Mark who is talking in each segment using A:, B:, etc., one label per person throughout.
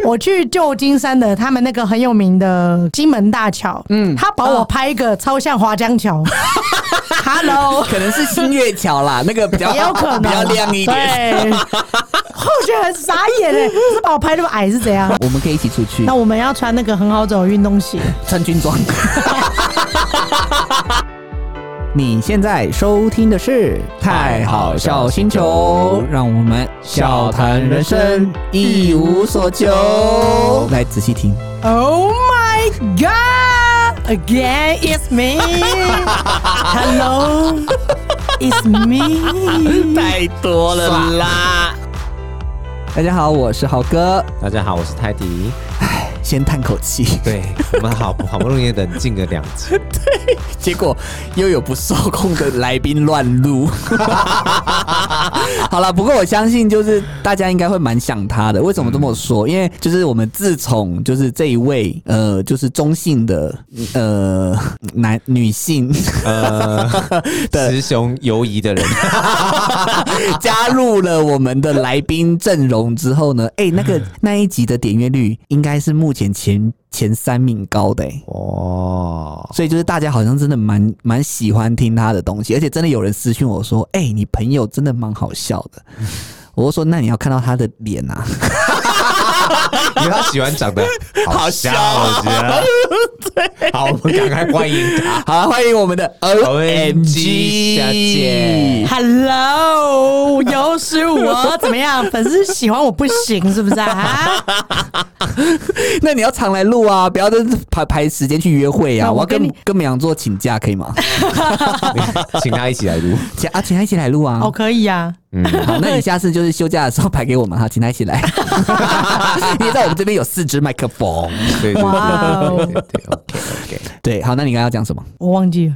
A: 我去旧金山的他们那个很有名的金门大桥，嗯，他把我拍一个超像华江 桥。Hello，
B: 可能是新月桥啦，那个比较
A: 也有可能
B: 比较亮一点。
A: 对，我觉得很傻眼哎，是把我拍那么矮是怎样？
B: 我们可以一起出去
A: 那我们要穿那个很好走的运动鞋。
B: 穿军装。 你现在收听的是《太好笑星球》，让我们笑谈人生，一无所求。来仔细听，
A: Oh my god! Again, it's me. Hello, it's me.
B: 太多了啦！ 大家好，我是豪哥，
C: 大家好，我是泰迪。
B: 先叹口气，
C: 对我们好好不容易冷静了两集，
B: 结果又有不受控的来宾乱录。 好了，不过我相信就是大家应该会蛮想他的。为什么这么说？因为就是我们自从就是这一位呃，就是中性的呃男女性
C: 呃，雌雄犹疑的人，
B: 加入了我们的来宾阵容之后呢，哎、那个那一集的点阅率应该是目前前前三名高的、欸。
C: 哦，
B: 所以就是大家好像真的蛮蛮喜欢听他的东西，而且真的有人私讯我说：“哎、你朋友真的蛮好笑的。” 我就说：“那你要看到他的脸啊，
C: 因为他喜欢长得好笑，
B: 啊
C: 我觉得。好，我们赶快欢迎他。
B: 好，欢迎我们的 O M G
C: OMG 小姐
A: Hello，又是我，怎么样？粉丝喜欢我不行是不是啊？
B: 那你要常来录啊，不要就是排排时间去约会啊。
A: 那我
B: 我要跟
A: 跟你
B: 跟美羊座请假可以吗？
C: 请他一起来录。
B: 请啊，请他一起来录啊。
A: 哦，可以啊。
B: 好，那你下次就是休假的时候排给我们哈，请他一起来。 因为在我们这边有四支麦克风。
C: 对对 对
A: 哇哦
C: 对对对，OK OK。
B: 对，好，那你刚刚要讲什么？
A: 我忘 记了。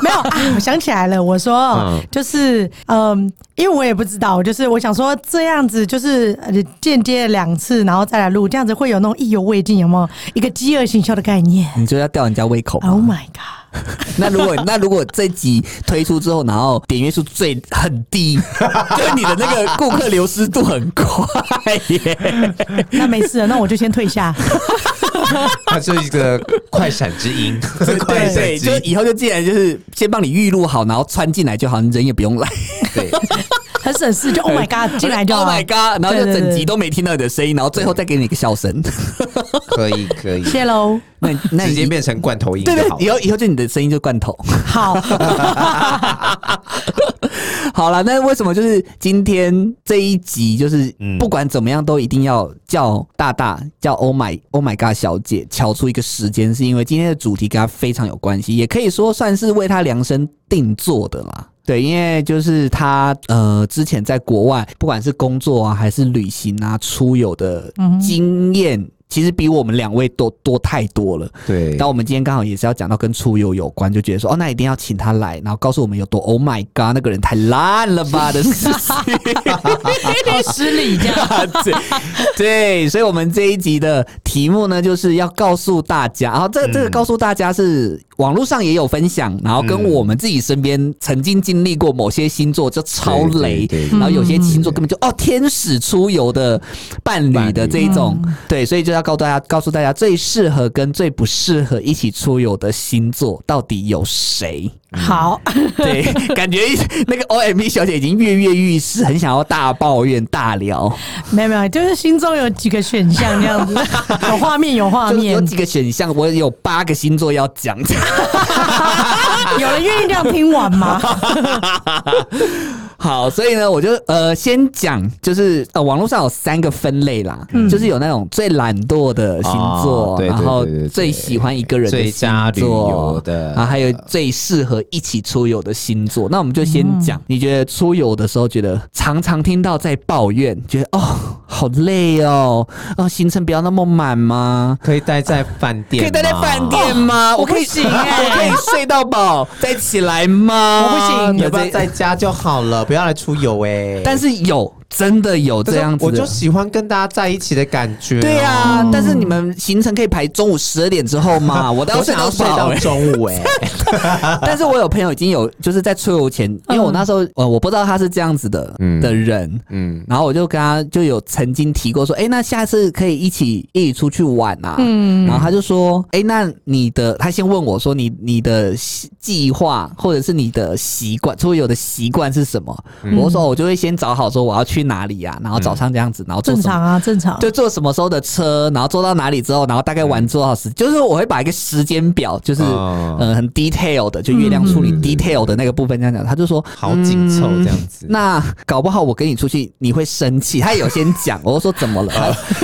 A: 没有啊，我想起来了，我说、
C: 嗯
A: 就是嗯，因为我也不知道，就是我想说这样子就是呃间接两次，然后再来录，这样子会有那种意犹未尽，有没有一个饥饿行销的概 念
B: 你就要吊人家胃口吗
A: ？Oh my god！
B: 那如果那如果这集推出之后，然后点阅数最很 低，就是你的那个顾客流失度很快耶。
A: 那没事了，那我就先退下。
C: 他是一个快闪之音，快
B: 对
C: 闪
B: 对，
C: 之
B: 就
C: 音。
B: 以后就既然就是先帮你预录好，然后穿进来就好，你人也不用来。
C: 对，
A: 很省事，就 Oh my god 进来就好
B: Oh my god！然后就整集
A: 都
B: 都没听到你的声音，然后最后再给你一个笑声。
C: 可以可以，
A: 谢喽。
B: 那你那
C: 直
B: 你
C: 接变成罐头音
B: 对
C: 就
B: 对
C: 好，了。
B: 以后以后就你的声音就罐头。
A: 好，
B: 好了，那为什么就是今天这一集就是不管怎么样都一定要叫大大叫 Oh my Oh my God 小姐敲出一个时间，是因为今天的主题跟她非常有关系，也可以说算是为她量身定做的啦。对，因为就是她呃之前在国外，不管是工作啊还是旅行啊出游的经验。其实比我们两位多多太多了，
C: 对
B: 那我们今天刚好也是要讲到跟出游有关，就觉得说哦，那一定要请他来，然后告诉我们有多 Oh my God，那个人太烂了吧的事情。
A: 失礼这样。
B: 对对，所以，我们这一集的题目呢，就是要告诉大家，然后这
C: 嗯
B: 这个告诉大家是网络上也有分享，然后
C: 嗯
B: 跟我们自己身边曾经经历过某些星座就超雷嗯
C: 对对，对
B: 然后有
A: 嗯
B: 些星座根本就哦天使出游的伴侣的这一种，
A: 嗯
B: 对，所以就要告诉大家，告诉大家最适合跟最不适合一起出游的星座到底有谁。
A: 好，
B: 对，感觉那个 O M B 小姐已经跃跃欲试，很想要大抱怨、大聊。
A: 没有没有，就是心中有几个选项这 样子，有画面有画
B: 就是有
A: 面，
B: 几个选项，我有八个星座要讲。
A: 有人愿意这样听完吗？
B: 好，所以呢，我就呃先讲，就是呃网络上有三个分类啦，就是有那种最懒惰的星座，
C: 嗯哦对对
B: 然后
C: 对对对
B: 最喜欢一个人的
C: 最
B: 星
C: 佳旅
B: 座
C: 游的
B: 啊，还有最适合一起出游的星座。那我们就先讲，
C: 嗯
B: 你觉得出游的时候，觉得常常听到在抱怨，觉得哦好累哦，哦行程不要那么满吗？
C: 可以待在饭店，
B: 可以待在饭。店吗？
C: 哦
B: 我可以
A: 我不行欸
B: 我可以睡到饱再起来吗？
A: 我不行
B: 有
C: 要哎不
B: 这
C: 要在家就好了，不要来出游哎、
B: 但是有真的有这样子的。嗯
C: 我就喜欢跟大家在一起的感觉、哦
B: 对啊呀、，但是你们行程可以排中午十二点之后 吗？我都要
C: 我
B: 睡
C: 想
B: 到
C: 要睡
B: 饱、
C: 到
B: 欸。
C: 中午哎、
B: 但是我有朋友已经有就是在催我前，因为我那时候呃我不知道他是这样子的、
C: 嗯
B: 的人，
C: 嗯，
B: 然后我就跟他就有曾经提过说，哎、那下次可以一起一起出去玩啊。
A: 嗯
B: 然后他就说，哎、那你的他先问我说你你的习计划或者是你的习惯，所有的习惯是什么？我就说哦我就会先找好说我要去哪里呀、然后早上这样子，然后做
A: 正
B: 什么
A: 常啊，正
C: 哦
A: 常。
B: 就坐什么时候的车，然后坐到哪里之后，然后大概玩多少时，就是我会把一个时间表，就是、
C: 嗯哦
B: 呃很 detail 的，就月亮处理
C: 嗯
B: detail 的那个部分这样讲。他就说
C: 好紧凑这样子。
B: 嗯那搞不好我跟你出去你会生气。他有先讲，我就说怎么了？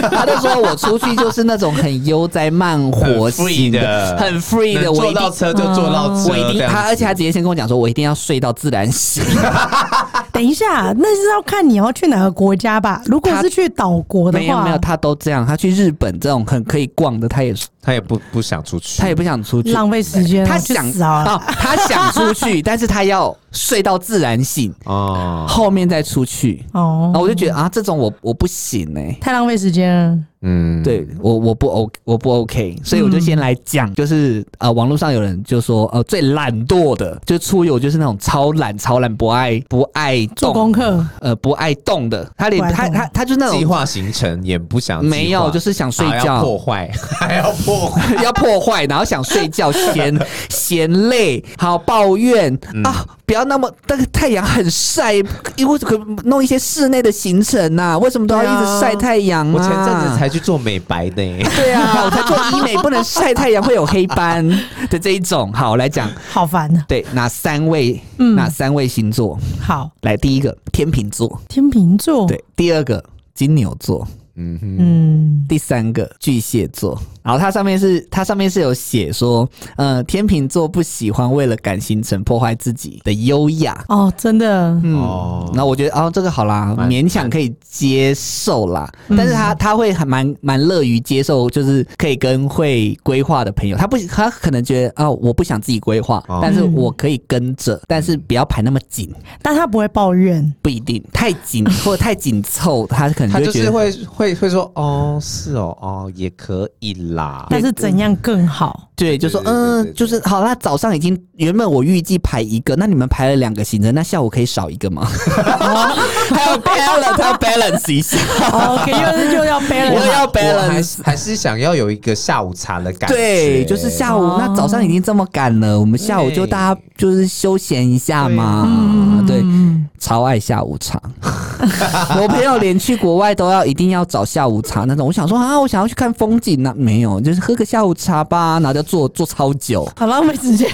B: 他他就说我出去就是那种很悠哉慢活型很 free 的，
C: 能
B: 我
C: 坐
B: 一定
C: 到车就坐到车，
B: 我一
C: 这
B: 定
C: 样
B: 他，
C: 子
B: 而且他直接先跟我讲说，我一定要睡到自然醒。
A: 啊等一下，那是要看你要去哪个国家吧。如果
B: 他
A: 是去岛国的
B: 没有
C: 啊
A: 话，
B: 没有，他都这样。他去日本这种很可以逛的，他也
C: 他也不不想出去，
B: 他也不想出去。
A: 浪费时间，
B: 他
A: 去
B: 想
A: 死啊！
B: 哦，他想出 去，但是他要睡到自然醒，
C: 哦，
B: 后面再出去。
A: 哦
B: 然后我就觉得啊，这种我我不行哎、
A: 太浪费时间了。
C: 嗯，
B: 对我我不 O 我不 OK，所以我就先来讲，就是呃，网络上有人就说呃，最懒惰的，就出游就是那种超懒、超懒、不爱不爱
A: 做功
B: 动，
A: 课，
B: 呃，不爱动的，他连
A: 不爱
B: 他
A: 动
B: 他他就那
C: 计
B: 种
C: 划行程也不想计划，
B: 没有，就是想睡
C: 还要
B: 觉，
C: 破坏， 还要破坏，
B: 要破坏，然后想睡 觉，嫌嫌累，好抱怨、
C: 嗯
B: 啊！不要那么，那个太阳很晒，因为可弄一些室内的行程呐、为什么都要一
C: 对
B: 直
C: 啊
B: 晒太阳、啊？
C: 我前阵子。才去做美白呢，
B: 对 啊，我才做医美，不能晒太阳会有黑斑的这一种。好，来讲，
A: 好烦啊！
B: 对哪三位？
A: 嗯
B: 哪三位星座？
A: 好，
B: 来，第一个天秤座，
A: 天秤座，
B: 对；第二个金牛座，
C: 嗯哼，
A: 嗯，
B: 第三个巨蟹座，然后它上面是它上面是有写说，呃，天秤座不喜欢为了赶行程破坏自己的优雅。
A: 哦，真的，
B: 嗯，
C: 哦
B: 那我觉得哦，这个好啦，
C: 蛮
B: 勉强可以接受啦。但是他他会还蛮蛮乐于接受，就是可以跟会规划的朋友，他不他可能觉得啊、我不想自己规划，
C: 哦
B: 但是我可以跟着，但是不要排那么紧，
A: 但他不会抱怨，
B: 不一定太紧或者太紧凑，他可能
C: 他
B: 就
C: 就
B: 会觉
C: 是
B: 得
C: 会会会说，哦，是哦，哦，也可以啦，
A: 但是怎样更 好？
B: 对，就说
C: 对对对
B: 嗯
C: 对，
B: 就是好啦。早上已经原本我预计排一个，那你们排了两个行程，那下午可以少一个吗？ 还要 balance，还要 balance 一下，
A: 哦 OK，又又要 balance，
B: 我要
C: 我还
B: balance。
C: 是还是想要有一个下午茶的感觉，
B: 对，就是下午
A: 哦
B: 那早上已经这么赶了，我们下午就
C: 对
B: 大家就是休闲一下嘛。对，超爱下午茶。 我朋友连去国外都要一定要找下午茶那种。我想说啊，我想要去看风景，那没有，就是喝个下午茶吧，然后就坐坐超久。
A: 好浪费时间。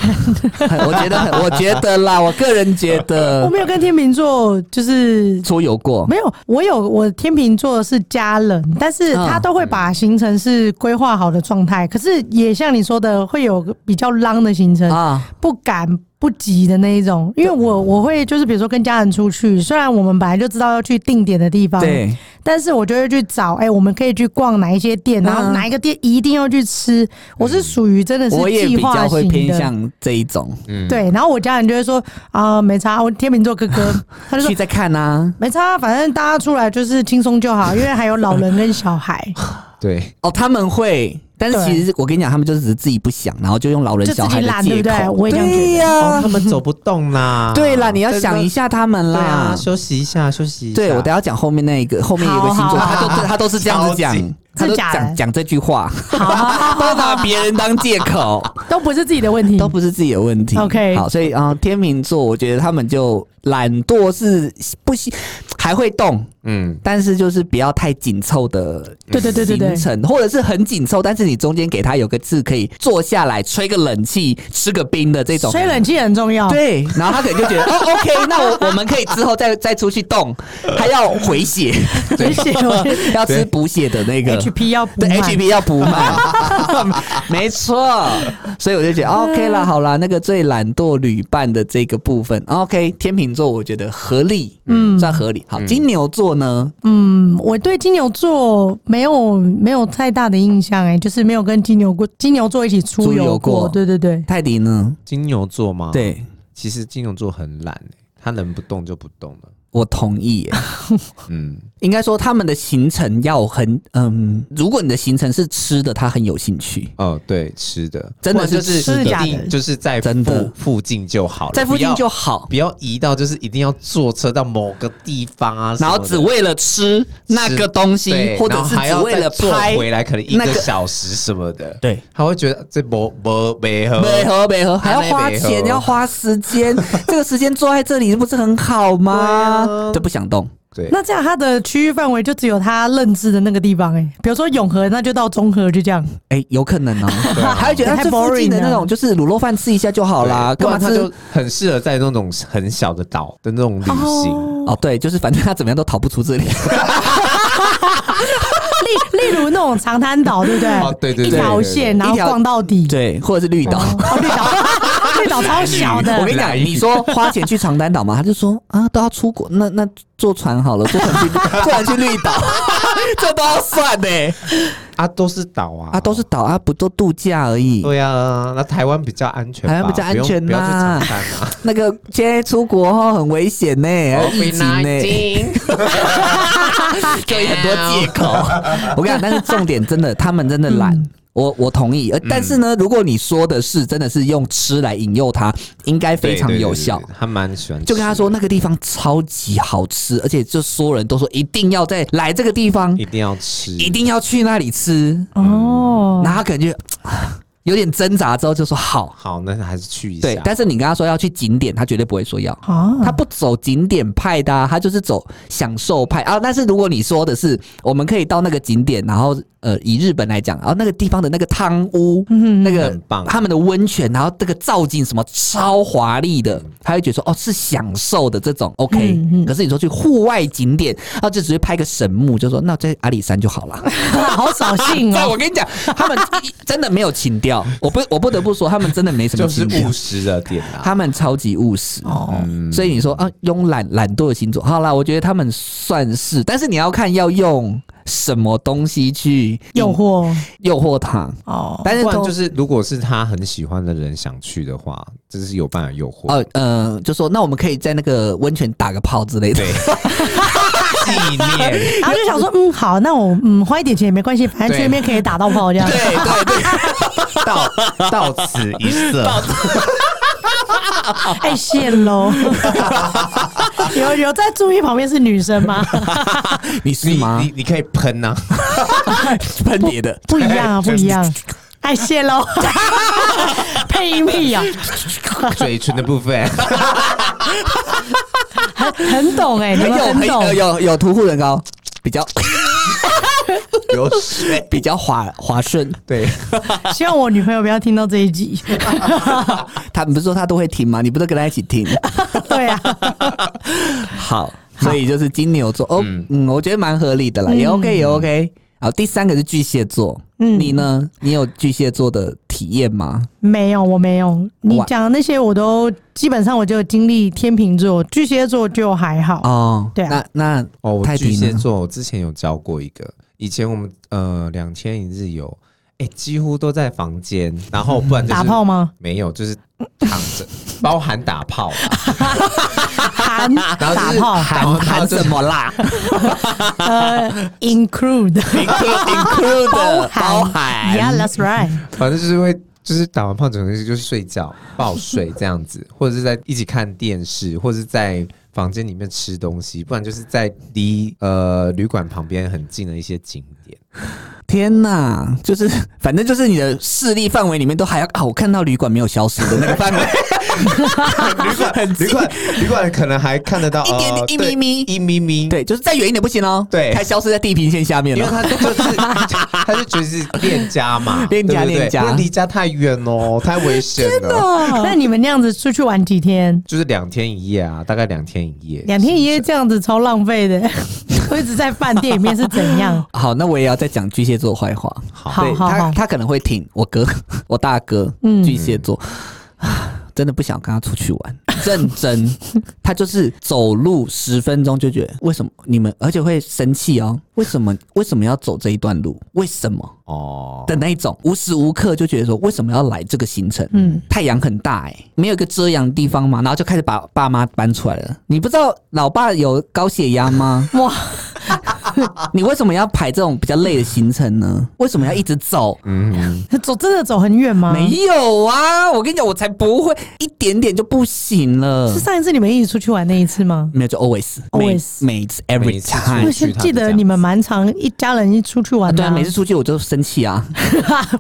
B: 我觉得很，我觉得啦，我个人觉
A: 我
B: 得
A: 没有跟天秤座就是
B: 出游过，
A: 没有，我有我天秤座是家人，但是他都会把行程是规划好的状态，可是也像你说的，会有比较浪的行程，
B: 啊，
A: 不赶不急的那一种。因为我我会就是比如说跟家人出去，虽然我们本来就知道要去定点的地方，
B: 对，
A: 但是我就会去找，哎、我们可以去逛哪一些店，然后
B: 嗯
A: 哪一个店一定要去吃。我是属于真的是
B: 我也
A: 计
B: 比
A: 划
B: 较会
A: 型
B: 偏
A: 的。
B: 向这一种，
C: 嗯，
A: 对，然后我家人就会说啊、没差，我天秤座哥 哥，他就说
B: 去再看啊。
A: 没差啊，反正大家出来就是轻松就好，因为还有老人跟小孩，
C: 对，
B: 哦，他们会，但是
A: 对
B: 其实我跟你讲，他们就只是自己不想，然后就用老人
A: 就自
B: 小孩
A: 己
B: 的
A: 懒，对
B: 借
A: 不对？
B: 口。
A: 我也这样觉得。
B: 对呀
C: 哦，他，们走不动啦，
B: 啊 对啦，你要想一
C: 下
B: 下他们
C: 对啊，
B: 啦。
C: 休息一下，休息一下，
B: 对，我等下讲后面那一个，后面有一个星
A: 好
B: 座，他
A: 好
B: 都他都是这样子讲
C: 超级，
B: 他都
A: 真假的
B: 讲讲这句话，
A: 好，
B: 都拿别人当借口。
A: 都不是自己的问题
B: 都。不是自己的问题。
A: OK
B: 好，所以啊、呃天秤座，我觉得他们就懒惰是不喜，还会动，
C: 嗯，
B: 但是就是不要太紧凑的。
A: 对对对对对
B: 行，程或者是很紧凑，但是你中间给他有个字可以坐下来吹个冷气、吃个冰的这种，
A: 吹冷哦气很重要。
B: 对，然后他可能就觉得哦，OK，那 我我们可以之后再再出去动，还要回血，
A: 而且我
B: 要吃补血的那个
A: HP 要补
B: 对
A: 满
B: HP 要补满， 没错，所以我就觉得哦
A: 嗯
B: OK 啦，好啦，那个最懒惰旅伴的这个部分，OK，天哦秤座我觉得合理，嗯，算合理。好，金牛座呢，
A: 嗯，我对金牛座没有没有太大的印象，哎，就是没有跟金牛过金牛座一起出
B: 出游
A: 游
B: 过
A: 过。对对对，
B: 泰迪呢，
C: 金牛座吗？，
B: 对
C: 其实金牛座很懒欸，他能不动就不动了。
B: 我同意 耶，
C: 嗯，
B: 应该说他们的行程要很嗯，如果你的行程是吃的，他很有兴趣。
C: 哦，对，吃的，
B: 真的
C: 或者
B: 就是
C: 是
A: 真的
C: 一
A: 假的
C: 定就是在
B: 真的
C: 附附近就好了，
B: 在附
C: 不
B: 近
C: 要
B: 就好，
C: 不要移到就是一定要坐车到某个地方啊什
B: 然
C: 么的，
B: 后只为了吃那个东西
C: 对，
B: 或者
C: 然后
B: 是
C: 还
B: 只
C: 要
B: 为
C: 再
B: 了
C: 坐
B: 拍
C: 回来，可能一
B: 那
C: 个
B: 个
C: 小时什么的，
B: 对，
C: 他会觉得这不不没喝，
B: 北河北河还要花
C: 哦还没北
B: 钱，
C: 河
B: 要花时间， 这个时间坐在这里不是很好吗？
C: 啊
B: 就不想动。
C: 对，
A: 那这样它的区域范围就只有他认知的那个地方哎、比如说永和，那就到中和，就这样。
B: 哎、有可能哦、
C: 啊
B: 还会觉得
A: 也太
B: 这附近的
A: boring 了
B: 那种就是卤肉饭吃一下就好啦，干
C: 对
B: 嘛
C: 不然他
B: 吃
C: 就？很适合在那种很小的岛的那种旅行，
B: 哦，对，就是反正他怎么样都逃不出这 里。
A: 例例如那种长滩岛，对不对？
C: 哦对对对
A: 一条线，然后
B: 一条
A: 逛到底。
B: 对，或者是绿岛。
A: 哦，绿岛，绿岛超小的。
B: 我跟你讲，你说花钱去长滩岛嘛，他就说啊，都要出国，那那坐船好了，坐船去 坐船去绿岛， 这都要算呢、
C: 啊，都是岛啊，
B: 啊，都是岛啊，不都度假而已。
C: 对啊，那台湾比较安全吧，
B: 台湾比较安全
C: 不用不要去
B: 呐
C: 长滩啊，
B: 那个现在出国后很危险呢、还有疫情呢、 就有很多借口。
C: 哦
B: 我跟你讲，但是重点真的，他们真的懒。
C: 嗯
B: 我我同意，呃，但是呢，如果你说的是真的是用吃来引诱他，应该 非常有效。
C: 对，对对对对他蛮喜欢吃的，
B: 就跟他说那个地方超级好吃，而且就所有人都说一定要在来这个地方，
C: 一定要吃，
B: 一定要去那里吃。
A: 哦，
B: 然后他可能就有点挣扎之后就说好，
C: 好，那还是去一下，
B: 对。但是你跟他说要去景点，他绝对不会说要。
A: 啊，
B: 他不走景点派的、啊，他就是走享受派啊。但是如果你说的是，我们可以到那个景点，然后呃，以日本来讲，然后那个地方的那个汤屋，那个
C: 很棒
B: 他们的温泉，然后这个造景什么超华丽的，
C: 嗯
B: 他会觉得说哦是享受的这种 OK、可是你说去户外景点，然后就直接拍个神木，就说那在阿里山就好了。
A: 好扫 兴
B: 但
A: 哦。
B: 我跟你讲，他们真的没有情调，我不我不得不说，他们真的没什么
C: 就是
B: 情调
C: 务。实的点啊，
B: 他们超级务实哦，所以你说啊，慵懒懒惰的星座，好啦，我觉得他们算是，但是你要看要用什么东西去
A: 诱惑
B: 诱惑他，
A: 哦，
B: 但是
C: 不然
B: 通
C: 就是如果是他很喜欢的人想去的话，这是有办法诱惑。
B: 哦呃，就说那我们可以在那个温泉打个泡之类的
C: 对，纪念
A: 然后就想说，嗯，好，那我嗯花一点钱也没关系，反正去那边可以打到炮这样。
B: 对对对，
C: 到到此一色，
A: 爱线哎喽。 有有在注意旁边是女生 吗？
B: 你是
C: 你
B: 吗
C: 你？你可以喷呐、啊，
B: 喷别的，
A: 不一样啊，不一样。爱线 喽，配音啊屁呀、
C: 嘴唇的部分，
A: 啊，很很懂哎、
B: 很
A: 你们
B: 有很
A: 很
B: 有
A: 懂
B: 呃。有有屠户人高，比较。
C: 有水
B: 比较滑滑顺，
C: 对，
A: 希望我女朋友不要听到这一 集。
B: 他们不是说他都会听吗？你不都跟他一起听？
A: 对啊，
B: 好，所以就是金牛座，哦，嗯我觉得蛮合理的啦，也 OK，也 OK。好，第三个是巨蟹座，
A: 嗯
B: 你呢？你有巨蟹座的体验吗？
A: 没有，我没有。你
B: 哇
A: 讲的那些我都基本上我就有经历天秤座、巨蟹座就还好。
B: 哦，
A: 对啊
B: 那那
C: 哦，我
B: 泰迪
C: 巨
B: 呢
C: 蟹座，我之前有教过一个，以前我们呃两天一日游，哎、几乎都在房间，然后不然就是
A: 打炮吗？
C: 没有，就是躺着，包含打炮啦，
A: 含
B: 啊
C: 然后就
A: 打
C: 是
A: 炮，
C: 然后
B: 喊喊什么啦
A: 呃，include，
B: ？include
A: 包
B: 包
A: 含
B: 含，
A: ，Yeah，that's right。
C: 反正就是会，就是打完炮整个就是睡觉、抱睡这样子，或者是在一起看电视，或者是在房间里面吃东西，不然就是在离呃旅馆旁边很近的一些景点。
B: 天哪，就是反正就是你的势力范围里面都还要啊，我看到旅馆没有消失的那个范围，旅馆 很
C: 旅
B: 近，
C: 馆旅馆可能还看得到
B: 一点
C: 呃
B: 一
C: 对
B: 咪咪
C: 一咪咪，，
B: 对，就是再远一点不行哦，
C: 对
B: 它消失在地平线下面哦
C: 因为
B: 了。
C: 他就是 他就觉得是恋家嘛，
B: 恋家
C: 对不对
B: 恋家
C: 不然离家太远哦，太危险了。
B: 哦
A: 那你们那样子出去玩几天？
C: 就是两天一夜啊，大概两天一夜，
A: 两天一夜这样子超浪费 的，我一直在饭店里面是怎样？
B: 好，那我也要再讲巨蟹座坏话。
A: 好
B: 对
A: 好嗯
B: 他
A: 好，
B: 他可能会听我哥，我大哥，巨蟹座。真的不想跟他出去玩，认真，他就是走路十分钟就觉得为什么你们，而且会生气哦，为什么为什么要走这一段路，为什么
C: 哦，
B: 的那一种，无时无刻就觉得说为什么要来这个行程，
A: 嗯，
B: 太阳很大哎、没有一个遮阳的地方嘛，然后就开始把爸妈搬出来了。你不知道老爸有高血压吗？
A: 哇，
B: 你为什么要排这种比较累的行程呢？为什么要一直走？
C: 嗯，
A: 走真的走很远吗？
B: 没有啊，我跟你讲，我才不会一点点就不行了
A: 是。上一次你们一起出去玩那一次吗？
B: 没有，就 always
A: Always
B: 每每次
C: 每
B: every
C: 次
B: time
A: 我
C: 出。
A: 是
C: 去他就
A: 记
C: 这
A: 得
C: 样
A: 你们蛮常一家人一出去玩的
B: 对
A: 啊、
B: 啊，每次出去我就生气 啊！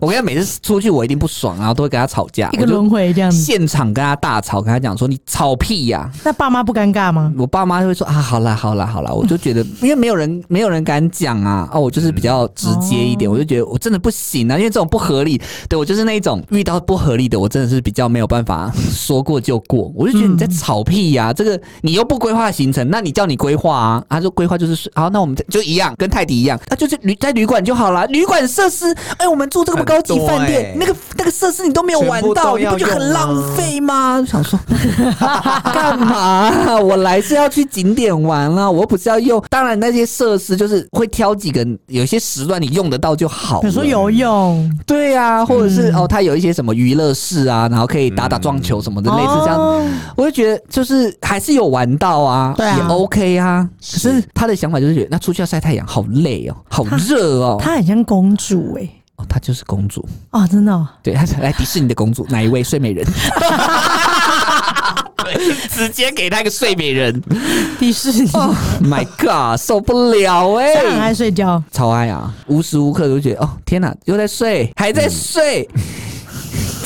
B: 我跟他每次出去我一定不爽，然后都会跟他吵架。
A: 一个
B: 我就
A: 轮回这嗯样子。
B: 现场跟他大吵，跟他讲说你吵屁呀、
A: 那爸妈不尴尬
C: 嗯
A: 吗？
B: 我爸妈就会说啊，好啦好啦好啦，我就 觉得，因为没有人没有人敢讲啊，啊，我就是比较直接一
C: 嗯
B: 点，我就觉得我真的不行啊，因为这种不合理，对我就是那一种遇到不合理的，我真的是比较没有办法说过就过，我就觉得你在吵屁呀、
C: 嗯
B: 这个你又不规划行程，那你叫你规划啊，他、说规划就是睡好，那我们就一样，跟泰迪一样，那、就是旅在旅馆就好啦，旅馆设施，哎、我们住这个高级饭店，
C: 很多欸
B: 那个那个设施你都没有玩
C: 全部
B: 到，
C: 都
B: 你
C: 要
B: 不觉得很
C: 用啊
B: 浪费吗？就想说。 干嘛？我来是要去景点玩啦、我又不是要用。当然，那些设施就是会挑几个，有些时段你用得到就好了。
A: 比如说嗯游泳，
B: 对啊，或者是、哦，它有一些什么娱乐室啊，然后可以打打撞球什么的，类似这
A: 嗯
B: 样。
A: 哦
B: 我就觉得就是还是有玩到啊，
A: 对啊
B: 也 OK 啊。可是
C: 是
B: 他的想法就是觉得，那出去要晒太阳，好累哦，好热哦。
A: 她很像公主哎、
B: 哦，她就是公主，
A: 哦，真的、哦，
B: 对，她是来迪士尼的公主，哪一位睡 美人？ 对，直接给她一个睡美人。
A: 迪士尼，
B: Oh my god，受不了哎、
A: 她很爱睡觉，
B: 超爱啊！无时无刻都觉得哦，天哪，又在睡，还在睡，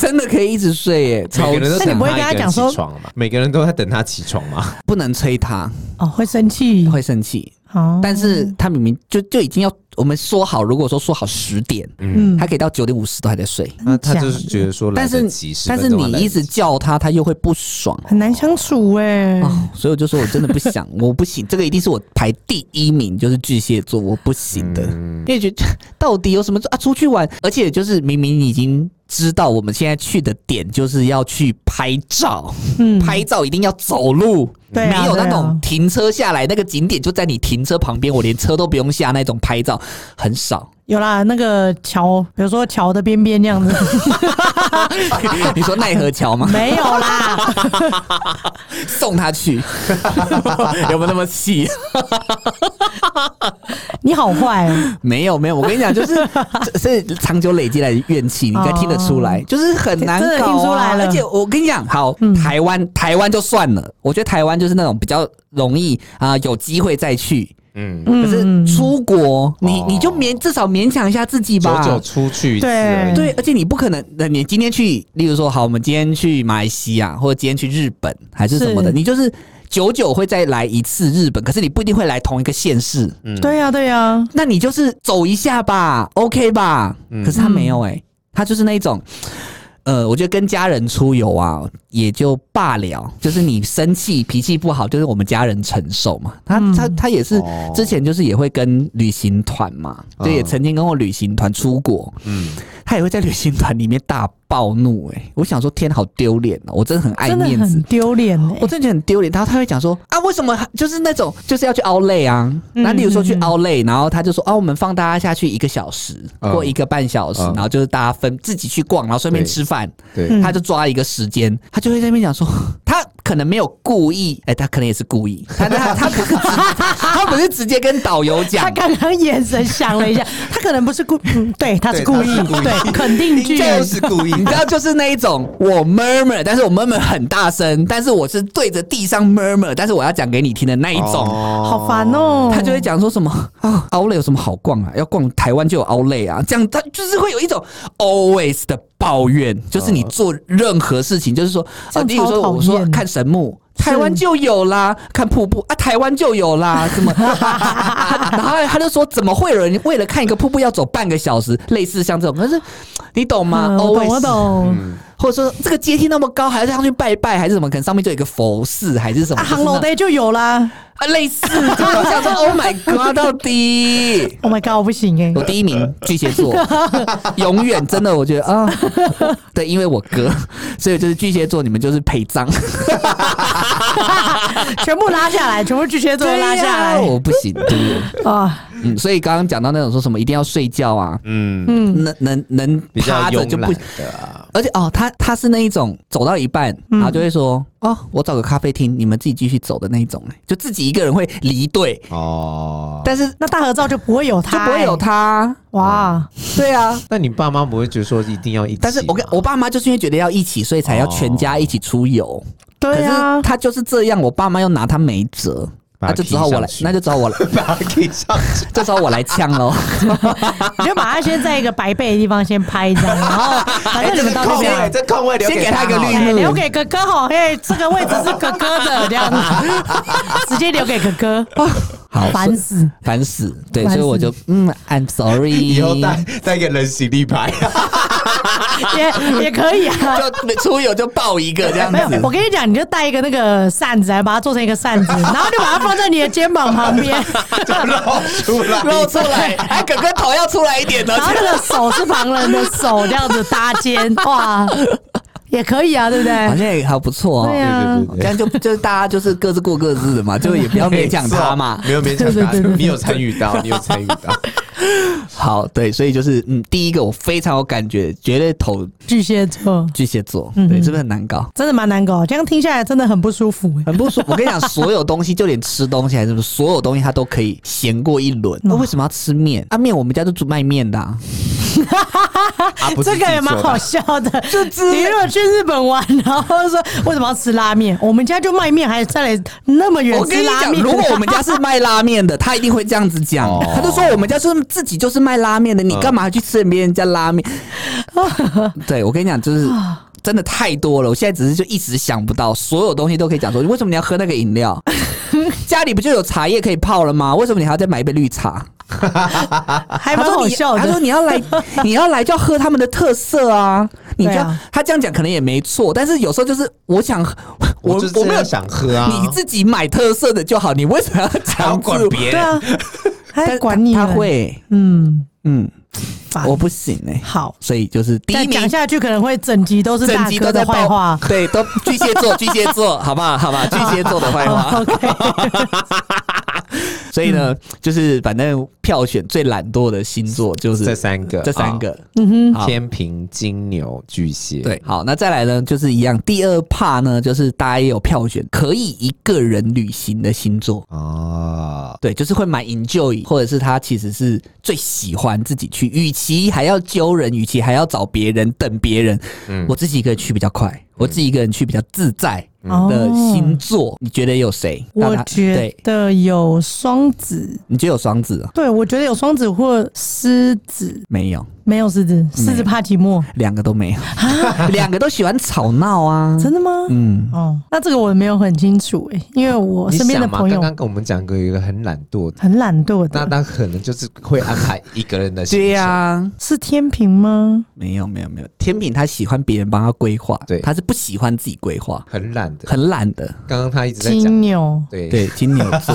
B: 真的可以一直睡耶、 超
C: 嗯每个人都
A: 那你
C: 等
A: 不会
C: 他
A: 跟
C: 一
A: 他
C: 个人
A: 讲说
C: 起床嘛？每个人都在等他起床嘛？
B: 不能催他，
A: 哦，会生气，
B: 会生气。
A: 哦，
B: 但是他明明就就已经要我们说好，如果说说好十点，
A: 嗯
B: 他可以到九点五十都还在睡，
C: 那他
A: 假
C: 就是觉得说来
B: 但是
C: 得及，10
B: 但是
C: 分钟还啊
B: 你
C: 来
B: 一
C: 得
B: 直
C: 及
B: 叫他，他又会不爽。
A: 很难相处哎、
B: 哦，所以我就说我真的 不想，我不行，这个一定是我排第一名，就是巨蟹座，我不行的，因为觉得到底有什么啊？出去玩，而且就是明明你已经知道我们现在去的点就是要去拍照，
A: 嗯，
B: 拍照一定要走路，
A: 对啊
B: 没有
A: 对啊
B: 那种停车下来，那个景点就在你停车旁边，我连车都不用下那种拍照很 少。
A: 有啦，那个桥，比如说桥的边边那 样子，
B: 你说奈何桥吗？
A: 没有啦，
B: 送他去， 有没有那么气？
A: 你好坏、哦，
B: 没有没有，我跟你讲，就是 这是长久累积来的怨气，你应该听得出来，就是很难
A: 哦真的
B: 搞、啊、
A: 听出来了
B: 而且我跟你讲，好，
A: 嗯
B: 台湾台湾就算了，我觉得台湾就是那种比较容易啊、有机会再去。
C: 嗯，
A: 嗯，
B: 可是出国，你
C: 哦
B: 你就勉至少勉强一下自己吧。
C: 久久出去一次而已，
B: 对，而且你不可能，呃你今天去，例如说，好，我们今天去马来西亚，或者今天去日本，还是什么的，
A: 是
B: 你就是久久会再来一次日本，可是你不一定会来同一个县市。
A: 对呀、对啊呀、
B: 那你就是走一下吧，OK 吧？
C: 嗯
B: 可是他没有哎、他就是那一种。呃，我觉得跟家人出游啊，也就罢了。就是你生气、脾气不好，就是我们家人承受嘛。他、他他也是
C: 哦
B: 之前就是也会跟旅行团嘛，就也
C: 嗯
B: 曾经跟我旅行团出国，
C: 嗯，
B: 他也会在旅行团里面大暴怒、欸。我想说，天，好丢脸哦！我真的很爱
A: 真的
B: 面子
A: 很，丢脸哎
B: 我，真的觉得很丢脸。然后他会讲说啊，为什么就是那种就是要去 o u l a y 啊？那例如说去 o u l a y 然后他就说啊，我们放大家下去一个小时
C: 嗯
B: 或一个半小时，
C: 嗯
B: 然后就是大家分自己去逛，然后顺便
C: 对
B: 吃饭。
C: 对，
B: 他就抓一个时间，他就会在那边讲说，他可能没有故意，哎、他可能也是故意，他他他不是直他不是直接跟导游
A: 他
B: 讲。
A: 刚刚眼神想了一下，他可能不是故， 嗯，对，他是
C: 对
A: 故
C: 他
A: 意，
C: 是故意
A: 对，肯定句，
C: 就是故意
B: 你 知道，就是那一种我 murmur，但是我 murmur 很大声，但是我是对着地上 murmur，但是我要讲给你听的那一种。
A: 好烦哦。
B: 他就会讲说什么啊，Outlet 有什么好逛啊？要逛台湾就有 Outlet 啊，这样他就是会有一种 always 的抱怨，就是你做任何事情，就是说，
A: 这
B: 啊，
A: 样
B: 例如
A: 超
B: 说
A: 讨
B: 我说
A: 厌
B: 看神木。台湾就有啦，看瀑布啊，台湾就有啦，什么？ 然后他就说，怎么会有人为了看一个瀑布要走半个小时？类似像这种，可是你懂吗
A: 嗯我懂，
B: ？always，
A: 我懂。
B: 或者说这个阶梯那么高，还要上去拜拜，还是什么？可能上面就有一个佛寺，还是什么？
A: 啊，
B: 就是
A: 航楼
B: 那
A: day 就有啦，
B: 啊，类似，就是我想说，Oh my God，到底。
A: Oh my god，我不行 哎、
B: 我第一
C: 呃
B: 名巨蟹 座，永远真的，我觉得啊，对，因为我哥，所以就是巨蟹座，你们就是陪葬，
A: 全部拉下来，全部巨蟹座拉下
B: 对啊
A: 来
B: 我不行，对，
A: 啊！
B: 嗯，所以刚刚讲到那种说什么一定要睡觉啊，
C: 嗯，
A: 嗯，
B: 能能能
C: 比较
B: 趴着就
C: 慵
B: 不
C: 懒，的啊，
B: 而且哦，他他是那一种走到一半，
C: 嗯
B: 然后就会说、哦，我找个咖啡厅，你们自己继续走的那一种，就自己一个人会离队，
C: 哦，
B: 但是就
A: 那大合照就不会有他、
B: 不会有他，
A: 哎哇，
B: 对啊。
C: 那你爸妈不会觉得说一定要一起吗？
B: 但是我跟我爸妈就是因为觉得要一起，所以才要全家一起出游。可
A: 对啊
B: 是，他就是这样，我爸妈又拿他没辙，
C: 把
B: 那
C: 他
B: 就只好我
C: 踢
B: 来
C: 上，去
B: 那就只好我来，
C: 把他给上去，
B: 就只好我来呛喽。
A: 你就把他先在一个白背的地方先拍一 张，然后反
C: 哎
A: 正你们到那
C: 空
A: 边啊
C: 位，。这空位留
B: 先给他
C: 他
B: 一哎个
C: 好了
B: 绿
A: 哎
B: 幕
A: 留给哥哥好，嘿，这个位置是哥哥的，这 样子，直接留给哥哥，
B: 好，
A: 烦死！
B: 烦死，对，
A: 烦
B: 所以我
A: 死
B: 就嗯，I'm sorry，
C: 以后带带一个人形立牌，
A: 也也可以啊，
B: 就出游就抱一个这样
A: 没有，我
B: 子。
A: 跟你讲，你就带一个那个扇子，把它做成一个 扇子，然后就把它放在你的肩膀旁边，
C: 露出来，
B: 露出来， 哎，哥哥头要出来一点哦呢
A: 然。后那个手是旁人的手，这样子搭肩，哇，也可以啊，对不
B: 好
A: 对？
B: 像也还不错
A: 对
B: 哦，
A: 啊
C: 对，
B: 这样就就是大家就是各自过各自的嘛，就也不要勉强他嘛。
C: 没有勉强
A: 对
C: 他
A: 对对对，对
C: 你有参与到，你有参与到，
B: 好，对，所以就是嗯，第一个我非常有感觉，绝对投
A: 巨蟹座
B: 巨蟹座，
A: 嗯
B: 对，是不是很难搞？
A: 真的蛮难搞，这样听下来真的很不舒服、欸。
B: 很不舒服。我跟 你讲，所有东西，就连吃东西还是什么，所有东西它都可以咸过一轮。那、为什么要吃面？啊，面我们家就煮卖面的、 啊，
C: 啊不是
A: 这个也蛮好
C: 自己
A: 笑 的，你如果去日本玩，然后说为什么要吃拉面？我们家就卖面，还再来那么远
B: 我跟
A: 吃
B: 你
A: 拉
B: 讲，
A: 面。
B: 如果我们家是卖拉面的，他一定会这样子讲，
C: 哦
B: 他就说我们家是自己就是卖拉面的，你
A: 哦
B: 干嘛去吃别人家 拉面？对我跟你讲，就是。
A: 啊
B: 真的太多了，我现在只是就一直想不到，所有东西都可以讲说，为什么你要喝那个 饮料？家里不就有茶叶可以泡了吗？为什么你还要再买一杯绿茶？
A: 还
B: 他
A: 蛮
B: 说
A: 好
B: 哎你，
A: 笑
B: 他说
A: 的，
B: 你 要来，你要来就要喝他们的特色啊！你这样、
A: 对啊
B: 他这样讲可能也没错，但是有时候就是我想，
C: 做的，
B: 我
C: 我就
B: 我
C: 真
B: 没
C: 的
B: 有
C: 想喝啊，
B: 你自己买特色的就好，你为什么要强制我？
A: 对啊，
B: 但
A: 还
B: 是
A: 管你
B: 他
A: 呢
B: 会，
A: 嗯，
B: 嗯，
A: 烦
B: 我不行哎、
A: 好。
B: 所以就是第一
A: 但
B: 名
A: 讲。下去可能会整集都是
B: 整
A: 大
B: 集
A: 哥
B: 都在
A: 的坏
B: 爆
A: 话。
B: 对，都巨蟹座，巨蟹座，好不好？好吧，巨蟹座的坏
A: 嗯
B: 话。所以呢，就是反正票选最懒惰的星座就是
C: 这三个，
B: 这三个，
A: 嗯
C: 啊，
B: 好
C: 天平、金牛、巨蟹，
B: 对，好，那再来呢，就是一样。第二怕呢，就是大家也有票选可以一个人旅行的星座。
C: 啊，
B: 对，就是会蛮 enjoy，或者是他其实是最喜欢自己去，与其还要揪人，与其还要找别人等别人，
C: 嗯
B: 我自己一个人去比较快，我自己一个人去比较自在
A: 哼，哦
B: 的星座，你觉得有谁？
A: 我
B: 让他
A: 觉
B: 对，
A: 得有双子，
B: 你觉得有双子啊？
A: 对我觉得有双子或狮子，
B: 没有，
A: 没有狮子，狮子怕寂寞，
B: 两个都没有，两个都喜欢吵闹啊。
A: 啊 真的吗？
B: 嗯，
A: 哦，那这个我没有很清楚哎、因为我
C: 你
A: 身边的
C: 想嘛，
A: 朋友
C: 刚刚跟我们讲过有一个很懒惰的，
A: 很懒惰
C: 那
A: 的，
C: 他可能就是会安排一个人的行程，
B: 对呀、
A: 是天平吗？
B: 没有没有没有，天平他喜欢别人帮他规划，
C: 对
B: 他是不喜欢自己规划，
C: 很懒的。
B: 很懒的。
C: 刚刚他一直在
A: 金
C: 讲，
A: 牛，
C: 对
B: 对，金牛座，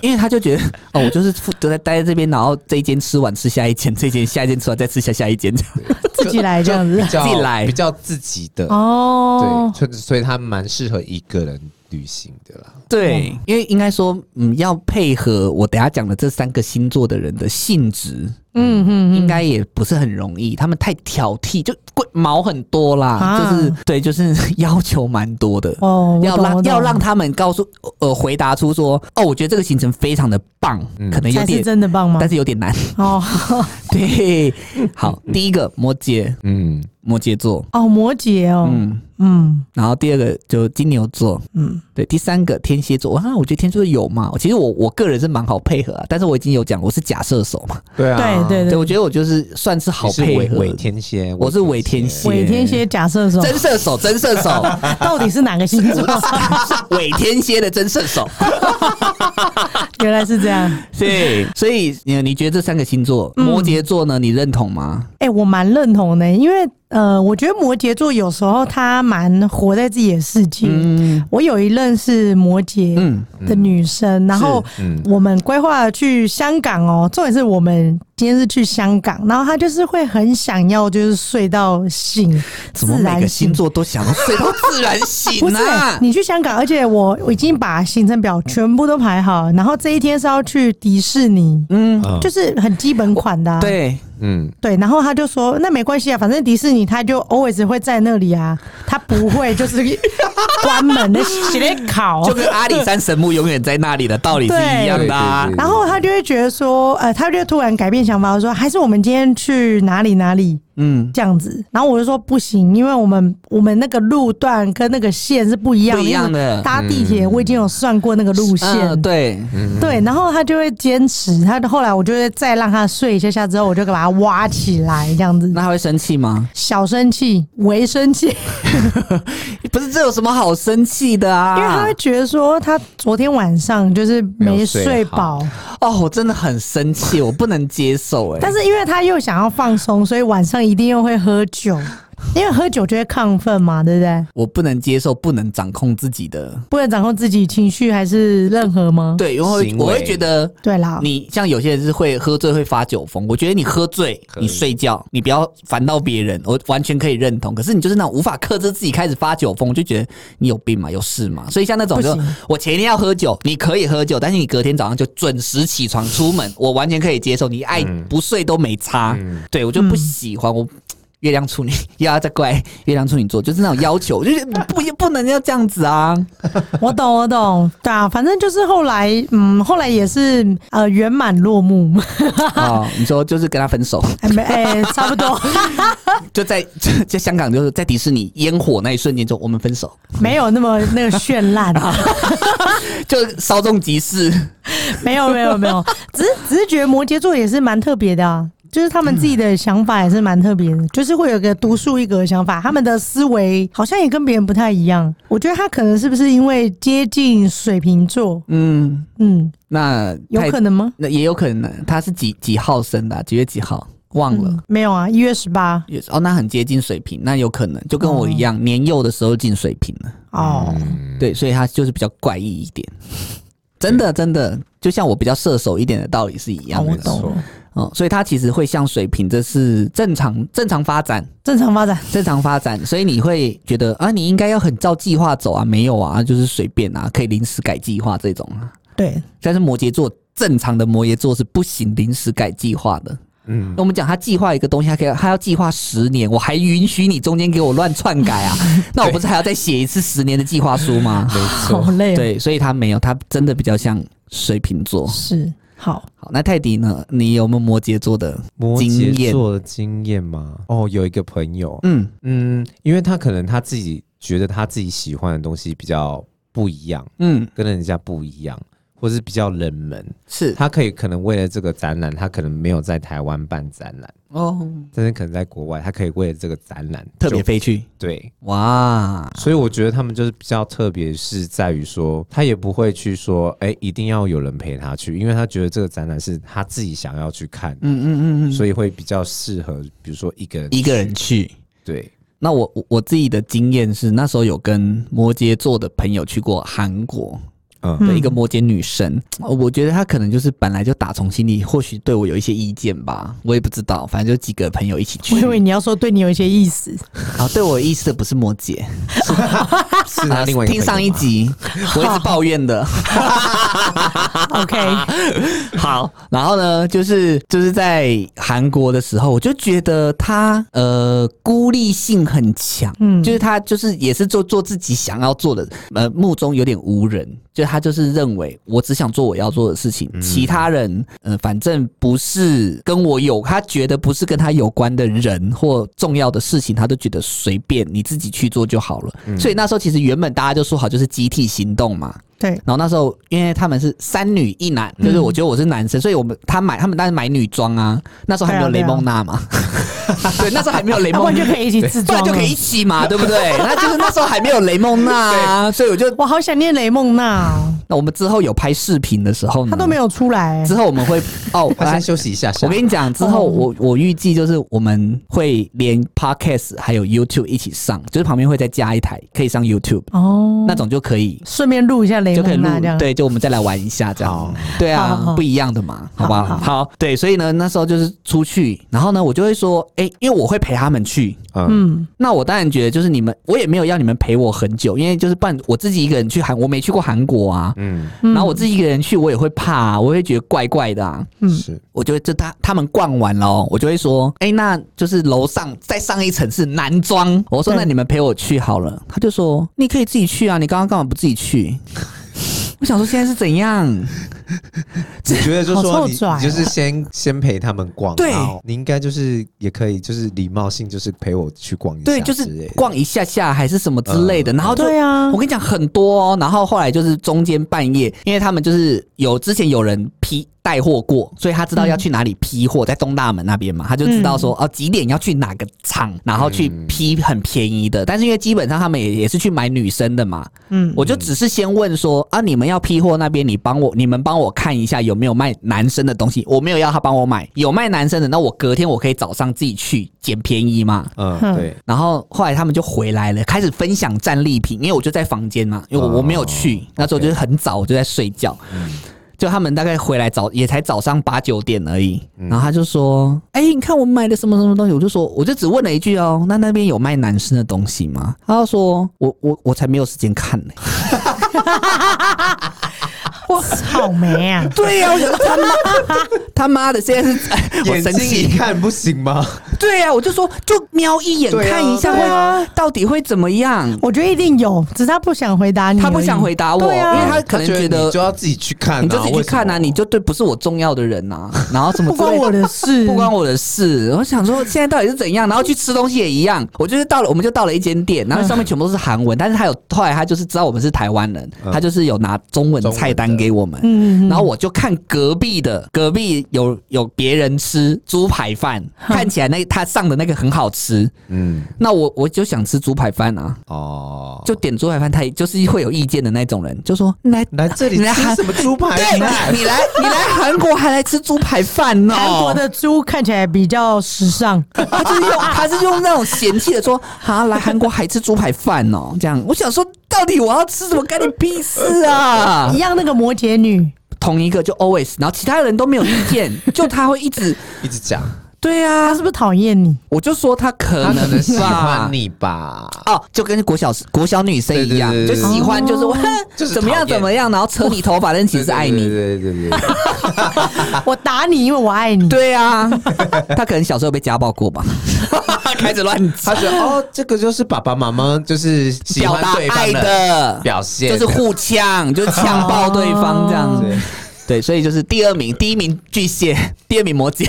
B: 因为他就觉得哦，我就是负责在待在这边，然后这一间吃完吃下一间，这一间下一间吃完再吃下下一间，这样
A: 自己来这 样子
C: 比较
B: 自己来
C: 比较自己的，
A: 哦
C: 对，，所以所以他蛮适合一个人旅行的啦。
B: 对，因为应该说，嗯，要配合我等下讲的这三个星座的人的性质，
A: 嗯嗯，
B: 应该也不是很容易，他们太挑剔，就贵毛很多啦，
A: 啊
B: 就是对，就是 要求蛮多的。
A: 哦，我
B: 要
A: 懂
B: 让
A: 我懂
B: 要让他们告诉呃回答出说哦，我觉得这个行程非常的棒，
C: 嗯
B: 可能有
A: 才是
B: 点，
A: 真的棒吗
B: 但？是有点难。
A: 哦
B: 对，好，第一个摩羯，
C: 嗯，
B: 摩羯座，
A: 哦，摩羯哦，
B: 嗯，
A: 嗯
B: 然后第二个就金牛座，
A: 嗯，
B: 对，第三个天蝎座，啊，我觉得天蝎座有嘛，其实我我个人是蛮好配合啊，但是我已经有讲我是假射手嘛，
C: 对啊
A: 对对
B: 对我觉得我就是算是好
C: 你是
B: 配
C: 伪
B: 合
C: 伪
B: 的，
C: 天蝎，
B: 我是伪天蝎
A: 伪天蝎假射手，
B: 真射手，真射手，
A: 到底是哪个星座？
B: 伪天蝎的真射手，
A: 原来是这样，嗯
B: 对，所以你你觉得这三个星座，摩羯座呢，你认同吗？
A: 哎、我蛮认同的，因为呃，我觉得摩羯座有时候他蛮活在自己的世界。
B: 嗯
A: 我有一任是摩羯
B: 嗯，
A: 的女生，然后
C: 嗯，
A: 我们规划去香港哦，重点是我们今天是去香港，然后他就是会很想要就是睡到醒，
B: 怎么
A: 自然
B: 每个
A: 醒
B: 星座都想要睡到自然醒
A: 不是
B: 啊？
A: 你去香港，而且我我已经把行程表全部都排好，然后这一天是要去迪士尼，
B: 嗯，
C: 嗯
A: 就是很基本款的、啊。
B: 对，
C: 嗯，
A: 对，然后他就说那没关系啊，反正迪士尼他就 always 会在那里啊，他不会就是 关门的写在考。
B: 就跟阿里山神木永远在那里的道理是一样的啊
C: 对对对。
A: 然后他就会觉得说，呃，他就突然改变想法，说还是我们今天去哪里哪里
B: 嗯，
A: 这样子。然后我就说不行，因为我们我们那个路段跟那个线是不一样
B: 不一样的
A: 因为搭地铁我已经有算过那个路线，
B: 嗯对，
A: 对，然后他就会坚持。他后来我就会再让他睡一下下，之后我就给把他挖起来，这样子
B: 那。他会生气吗？
A: 小生气，微生气，因
B: 不是，这有什么好生气的啊？
A: 为他会觉得说他昨天晚上就是没睡饱，
B: 哦，我真的很生 气，我不能接受哎、
A: 但是因为他又想要放松，所以晚上一定又会喝酒，因为喝酒就会亢奋嘛，对不对？
B: 我不能接受不能掌控自己的。
A: 不能掌控自己情绪还是任何吗？
B: 对，因为
C: 行为
B: 我会觉得
A: 对啦，
B: 你像有些人是会喝醉会发酒疯，我觉得你喝醉
C: 可以
B: 你睡觉，你不要烦到别人，我完全可以认同。可是你就是那种无法克制自己开始发酒疯，我就觉得你有病嘛，有事嘛。所以像那种就
A: 不行
B: 我前一天要喝酒，你可以喝酒，但是你隔天早上就准时起床出 门，我完全可以接受。你爱
C: 嗯
B: 不睡都没差，
C: 嗯
B: 对我就不喜欢
A: 嗯
B: 我。月亮处女 又要再怪月亮处女座，就是那种要求，就是不不能要这样 子啊。
A: 我懂，我懂，对啊，反正就是后来，嗯，后来也是呃圆满落幕，
B: 哦，你说就是跟他分手。
A: 哎没哎，差不多。
B: 就在 就在香港，就是在迪士尼烟火那一瞬间中，我们分手，
A: 没有那么那个绚 烂，
B: 就稍纵即逝。
A: 没有没有没 有，只是只是觉得摩羯座也是蛮特别的啊。就是他们自己的想法也是蛮特别的，就是会有个独树一格的想法，他们的思维好像也跟别人不太一样。我觉得他可能是不是因为接近水瓶座，
B: 嗯，
A: 嗯，
B: 那
A: 有
B: 太
A: 可能吗？
B: 那也有可能，他是几几号生的啊、几月几号？忘了。
A: 嗯，没有啊，一月十八
B: 也是哦，那很接近水平，那有可能就跟我一样，年幼的时候进水平了。
A: 哦，
B: 对，所以他就是比较怪异一点。真的，真的，就像我比较射手一点的道理是一样
A: 我
B: 的。
A: 懂了，
B: 哦，所以他其实会像水平，这是正常正常发展。
A: 正常发展，
B: 正常发展，所以你会觉得啊，你应该要很照计划走啊，没有啊，就是随便啊，可以临时改计划这种啊。
A: 对，
B: 但是摩羯座正常的摩羯座是不行临时改计划的。
C: 嗯
B: 那我们讲他计划一个东西，他可以他要计划十年，我还允许你中间给我乱篡改 啊？那我不是还要再写一次十年的计划书吗？
C: 没
A: 好
C: 错，
A: 累、哦，，
B: 对，所以他没有，他真的比较像水瓶座。
A: 是好，
B: 好，那泰迪呢？你有没有摩羯座的
C: 摩
B: 经
C: 羯
B: 验？
C: 座的经验吗？哦，有一个朋友，
B: 嗯，
C: 嗯，因为他可能他自己觉得他自己喜欢的东西比较不一样，
B: 嗯，
C: 跟人家不一样，或是比较冷门，
B: 是
C: 他可以可能为了这个展览，他可能没有在台湾办展览，
B: 哦，
C: 但是可能在国外，他可以为了这个展览
B: 特别
C: 就
B: 飞去
C: 对，
B: 哇，
C: 所以我觉得他们就是比较特别，是在于说他也不会去说，哎、一定要有人陪他去，因为他觉得这个展览是他自己想要去看，
B: 嗯嗯嗯嗯，
C: 所以会比较适合，比如说一个人
B: 一个人去。
C: 对，
B: 那我我我自己的经验是，那时候有跟摩羯座的朋友去过韩国
C: 嗯
B: 的一个摩羯女生，呃我觉得她可能就是本来就打从心里，或许对我有一些意见吧，我也不知道，反正就几个朋友一起去
A: 我以为你要说对你有一些意 思，
B: 啊。对我有意思的不是摩羯，啊
C: 是他另外一个
B: 听上一
C: 朋友吗
B: 集我一直抱怨的。
A: OK，
B: 好，然后呢，就是就是在韩国的时候，我就觉得他呃孤立性很强，
A: 嗯
B: 就是他就是也是做做自己想要做的，呃，目中有点无人，就他就是认为我只想做我要做的事情，其他人呃反正不是跟我有，他觉得不是跟他有关的人或重要的事情，他都觉得随便你自己去做就好了。所以那时候其实原本大家就说好就是集体行动嘛，
A: 对，
B: 然后那时候，因为他们是三女一男，就是我觉得我是男生，所以我们他买他们当然买女装啊。那时候还没
A: 对
B: 有
A: 啊对
B: 雷
A: 啊
B: 蒙娜嘛， 对，啊那时候还没有雷
A: 要不
B: 蒙
A: 然就
B: 娜，
A: 可以一起自
B: 不
A: 装
B: 然
A: 了，
B: 就可以一起嘛， 对不对？那就是那时候还没有雷蒙娜啊，所以我就
A: 我好想念雷梦娜哦，
B: 那我们之后有拍视频的时候呢，
A: 她都没
B: 有。
A: 有出来
B: 之，后我们会 哦，
C: 他先休息一下下
B: 我。跟你讲，之后
A: 哦
B: 我我预计就是我们会连 podcast 还有 YouTube 一起上，就是旁边会再加一台可以上 YouTube、
A: 哦，
B: 那种就可以
A: 顺便录一下雷
B: 就可以
A: 哎梦
B: 录
A: 娜这样，，
B: 对，就我们再来玩一下这样
C: 好，
B: 对
A: 好
B: 啊
A: 好，好
B: 不一样的嘛，好
A: 好
B: 吧，
A: 好
B: 好，对，所以呢，那时候就是出去，然后呢，我就会说，哎、因为我会陪他们去，
C: 嗯，
A: 嗯，
B: 那我当然觉得就是你们，我也没有要你们陪我很久，因为就是不然我自己一个人去韩，我没去过韩国啊，
C: 嗯
A: 嗯
B: 然后我自己一个人去，我也会怕、啊，我会觉得怪怪的啊。
C: 嗯，
A: 嗯
C: 是
B: 我就会这他他们逛完了哦，我就会说，哎、那就是楼上再上一层是男装。我说
A: 对
B: 那你们陪我去好了，他就说你可以自己去啊，你刚刚干嘛不自己去？ 我想说现在是怎样？
C: 你觉得就
A: 好
C: 说
A: 臭
C: 你
A: 拽
C: 你就是先先陪他们逛，
B: 啊对
C: 然后你应该就是也可以，就是礼貌性就是陪我去逛一下之
B: 对，
C: 类的，
B: 就是逛一下下还是什么之类的，然后就。
A: 对啊
B: 我，跟你讲很多、哦，然后后来就是中间半夜，因为他们就是有之前有人批带货过，所以他知道要去哪里批货，在东大门那边嘛，他就知道说、哦几点要去哪个厂，然后去批很便宜的。但是因为基本上他们也也是去买女生的嘛，
A: 嗯，
B: 我就只是先问说啊，你们要批货那边，你帮我，你们帮我看一下有没有卖男生的东西。我没有要他帮我买，有卖男生的，那我隔天我可以早上自己去捡便宜嘛。
C: 嗯，
A: 嗯
C: 对，
B: 然后后来他们就回来了，开始分享战利品，因为我就在房间嘛，因为我我没有去，那时候就是很早，我就在睡觉。就他们大概回来早也才早上八九点而已，然后他就说：“哎、你看我买的什么什么东西？”我就说，我就只问了一句哦，那那边有卖男生的东西吗？他就说：“我我我才没有时间看呢、
A: 我草莓 啊，
B: 对呀、我想说他妈他妈的，现在是、 哎我
C: 眼
B: 生
C: 睛一
B: 气。
C: 看不行吗？
B: 对啊呀、我就说就瞄一眼
C: 对啊
B: 看一下
C: 对
B: 会、
A: 啊
B: 到底会怎么样。
A: 我觉得一定有，只是他不想回答你而已，
B: 他不想回答我，
A: 对啊
B: 因为他可能觉
C: 你
B: 得
C: 就要自己去看、啊，
B: 你就自己去看啊，
C: 为什么
B: 你就对不是我重要的人 呐、啊，然后什么
A: 不关我
B: 的。
A: 的事，
B: 不关我的事，我想说现在到底是怎样，然后去吃东西也一样。我就是到了，我们就到了一间店，然
C: 嗯
B: 后上面全部都是韩文，但是他有后来他就是知道我们是台湾人，
C: 嗯
B: 他就是有拿中文
C: 中文的
B: 菜单给我们，
A: 嗯，嗯，
B: 然后我就看隔壁的，隔壁有有别人吃猪排饭，
A: 嗯
B: 看起来那他上的那个很好吃，
C: 嗯
B: 那我我就想吃猪排饭啊，
C: 哦，
B: 就点猪排饭，他也就是会有意见的那种人，就说来
C: 来这里
B: 你来
C: 吃
B: 韩
C: 什么猪 排
B: 对，
C: 饭？
B: 你来你来哎 韩国还来吃猪排饭哦，
A: 韩国的猪看起来比较时尚，
B: 他就是 用他是用那种嫌弃的说啊来韩国还吃猪排饭哦，这样我想说到底我要吃什么干你屁事啊
A: 一，样那个摩羯女，
B: 同一个就 always，然后其他人都没有意 见，就他会一直
C: 一直讲，
B: 对啊
A: 她是，不是讨厌你？
B: 我就说他可
C: 他可能
B: 能
C: 喜
B: 吧
C: 欢。你吧。
B: 哦，就跟国小国小女生一样，
C: 对对对
B: 就喜欢就是我、
C: 就是
B: 怎么样
C: 讨厌
B: 怎么样，然后扯你头发，但其实是爱你。
C: 对对 对对对，
A: 我打你，因为我爱你。
B: 啊对啊， 他可能小时候被家暴过吧， 开始乱
C: 他
B: 讲，
C: 觉得哦，这个就是爸爸妈妈就是喜
B: 表
C: 欢
B: 达
C: 对
B: 爱
C: 方
B: 的，
C: 表现，
B: 就是互呛，就是呛爆对方这样
C: 对
B: 子。对，所以就是第二名，第一名巨蟹， 第二名摩羯，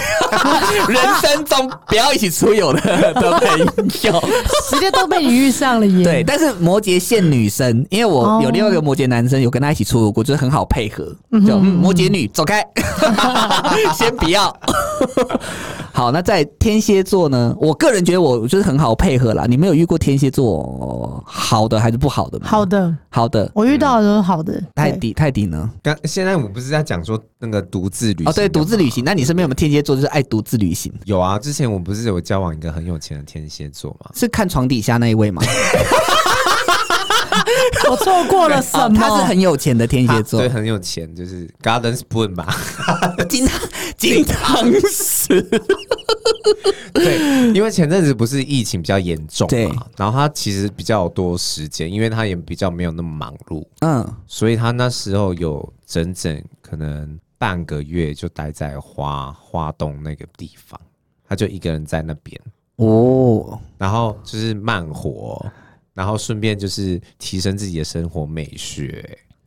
B: 人生中不要一起出游的的朋友。
A: 直接都被你遇上了耶！
B: 对，，但是摩羯限女生，因为我
A: 哦
B: 有另外一个摩羯男生，有跟他一起出游过，就是很好配合。就、嗯、摩羯女走开， 先不要。 好，那在天蝎座呢？我个人觉得我就是很好配合啦。你们有遇过天蝎座好的还是不好的吗？
A: 好的，
B: 好的，
A: 我遇到的都是好的。
B: 泰
A: 对
B: 迪泰迪呢？
C: 刚现在我们不是在讲说那个独自旅行
B: 哦，对，
C: 的吗
B: 独自旅行。那你身边有没有天蝎座就是爱独自旅行？
C: 有啊，之前我不是有交往一个很有钱的天蝎座嘛，
B: 是看床底下那一位吗？
A: 我错过了 什
B: 哦
A: 么？
B: 他是很有钱的天
C: 他
B: 蝎座
C: 啊
B: 哦
C: 对，，很有钱，就是 Garden Spoon 吧，
B: 金汤金汤匙。
C: 对，因为前阵子不是疫情比较严重
B: 对
C: 嘛，然后他其实比较多时间，因为他也比较没有那么忙碌，
B: 嗯，
C: 所以他那时候有整整可能半个月就待在花花东那个地方，他就一个人在那边，
B: 哦，
C: 然后就是慢活，然后顺便就是提升自己的生活美学。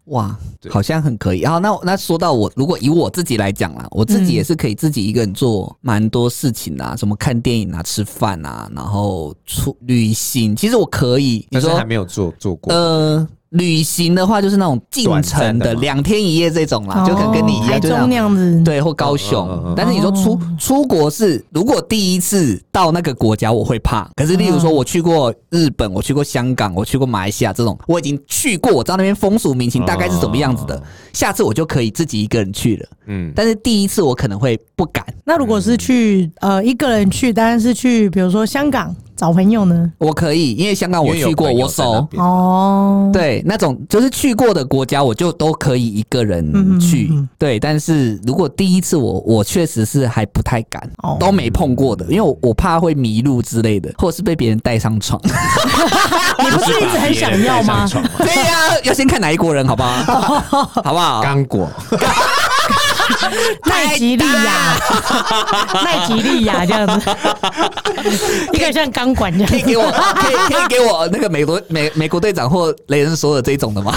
B: 哇，
C: 对
B: 好像很可以。然后那那说到我，如果以我自己来讲啦，我
A: 嗯
B: 自己也是可以自己一个人做蛮多事情啊，什么看电影啊、吃饭啊，然后出旅行，其实我可以。你
C: 但是
B: 说
C: 还没有做做过，
B: 呃，旅行的话，就是那种近
C: 短
B: 程
C: 暂
B: 的
C: 的嘛
B: 两天一夜这种啦，就可能跟你一
A: 哦台
B: 样，就
A: 中
B: 那
A: 那
B: 样。
A: 样子，
B: 对，或高
C: 嗯嗯
B: 雄
C: 嗯，
B: 但是你说出出国是，如果第一次到那个国家，我会怕。可是，例如说，我去过日本，我去过香港，我去过马来西亚这种，我已经去过，我知道那边风俗民
C: 啊
B: 情大概是什么样子的
C: 嗯。
B: 下次我就可以自己一个人去了。
C: 嗯，
B: 但是第一次我可能会不敢，
A: 那如果是去呃一个人去，当然是去比如说香港找朋友呢。
B: 我可以，因为香港我去过，我
C: 啊
B: 熟。
A: 哦，，
B: 对，那种就是去过的国家，我就都可以一个人去。
A: 嗯嗯嗯
B: 对，但是如果第一次我我确实是还不太敢，
A: 哦
B: 都没碰过的，因为我我怕会迷路之类的，或者是被别人带 上床。
A: 你不是一直很想要吗？
B: 对呀、要先看哪一国人，好不好？ 好不好？
C: 刚果，
A: 奈吉利 亚，奈吉利亚这样子，一个像钢管这
B: 可以
A: 样。
B: 给我，可以可以给我那个美国美美国队长或雷神索尔这种的 吗？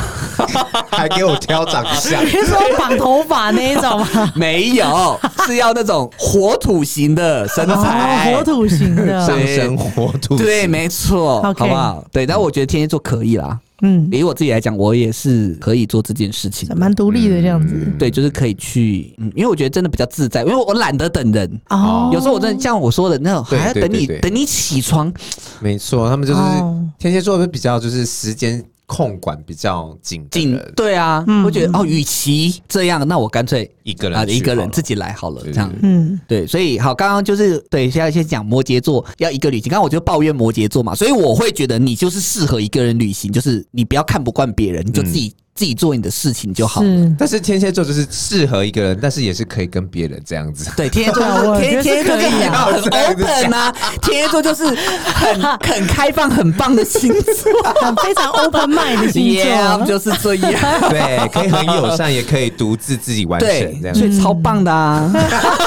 C: 还给我挑长 相
A: 你，是说绑头发那一种吗？
B: 没有，是要那种火土型的身材，
A: 哦，火土型的，
C: 上升火土，
B: 对，没错
A: OK
B: 好不好？对，但我觉得天蝎座可以啦。
A: 嗯，
B: 以我自己来讲，我也是可以做这件事情的。
A: 蛮独立的这样子。
C: 嗯
B: 对，就是可以去，嗯，因为我觉得真的比较自在，因为我懒得等人。
A: 哦，
B: 有时候我真的像我说的那种，
C: 对
B: 还要
C: 对
B: 等你
C: 对对
B: 等你起床，
C: 没错，他们就是
A: 哦
C: 天蝎座，比较就是时间控管比较紧的
B: 紧
C: 人，
B: 对啊，
A: 嗯
B: 我觉得哦，与其这样，那我干脆
C: 一个人
B: 啊
C: 去
B: 一个
C: 好
B: 人
C: 了
B: 自己来好了，
C: 对
B: 这样
C: 对。
A: 嗯，
B: 对，所以好，刚刚就是对，现在先讲摩羯座要一个旅行。刚刚我就抱怨摩羯座嘛，所以我会觉得你就是适合一个人旅行，就是你不要看不惯别人，你就自己、自己做你的事情就好了。
A: 嗯是。
C: 但是天蝎座就是适合一个人，但是也是可以跟别人这样子。
B: 对，天蝎座
A: 对啊
B: 就
A: 我
B: 是
A: 觉
B: 天
A: 得
B: 天蝎
A: 是
B: 座
A: 可以
B: 就是很很
C: 啊我在跟你
B: open 啊，天蝎座就是 很很开放、很棒的星座。
A: 很非常 open mind 的星
B: Yeah，
A: 座，
B: 就是这 样。
C: 对，可以很友善，也可以独自自己完成
B: 对
C: 这，样
B: 所
C: 子。
B: 以超棒的啊！
A: 嗯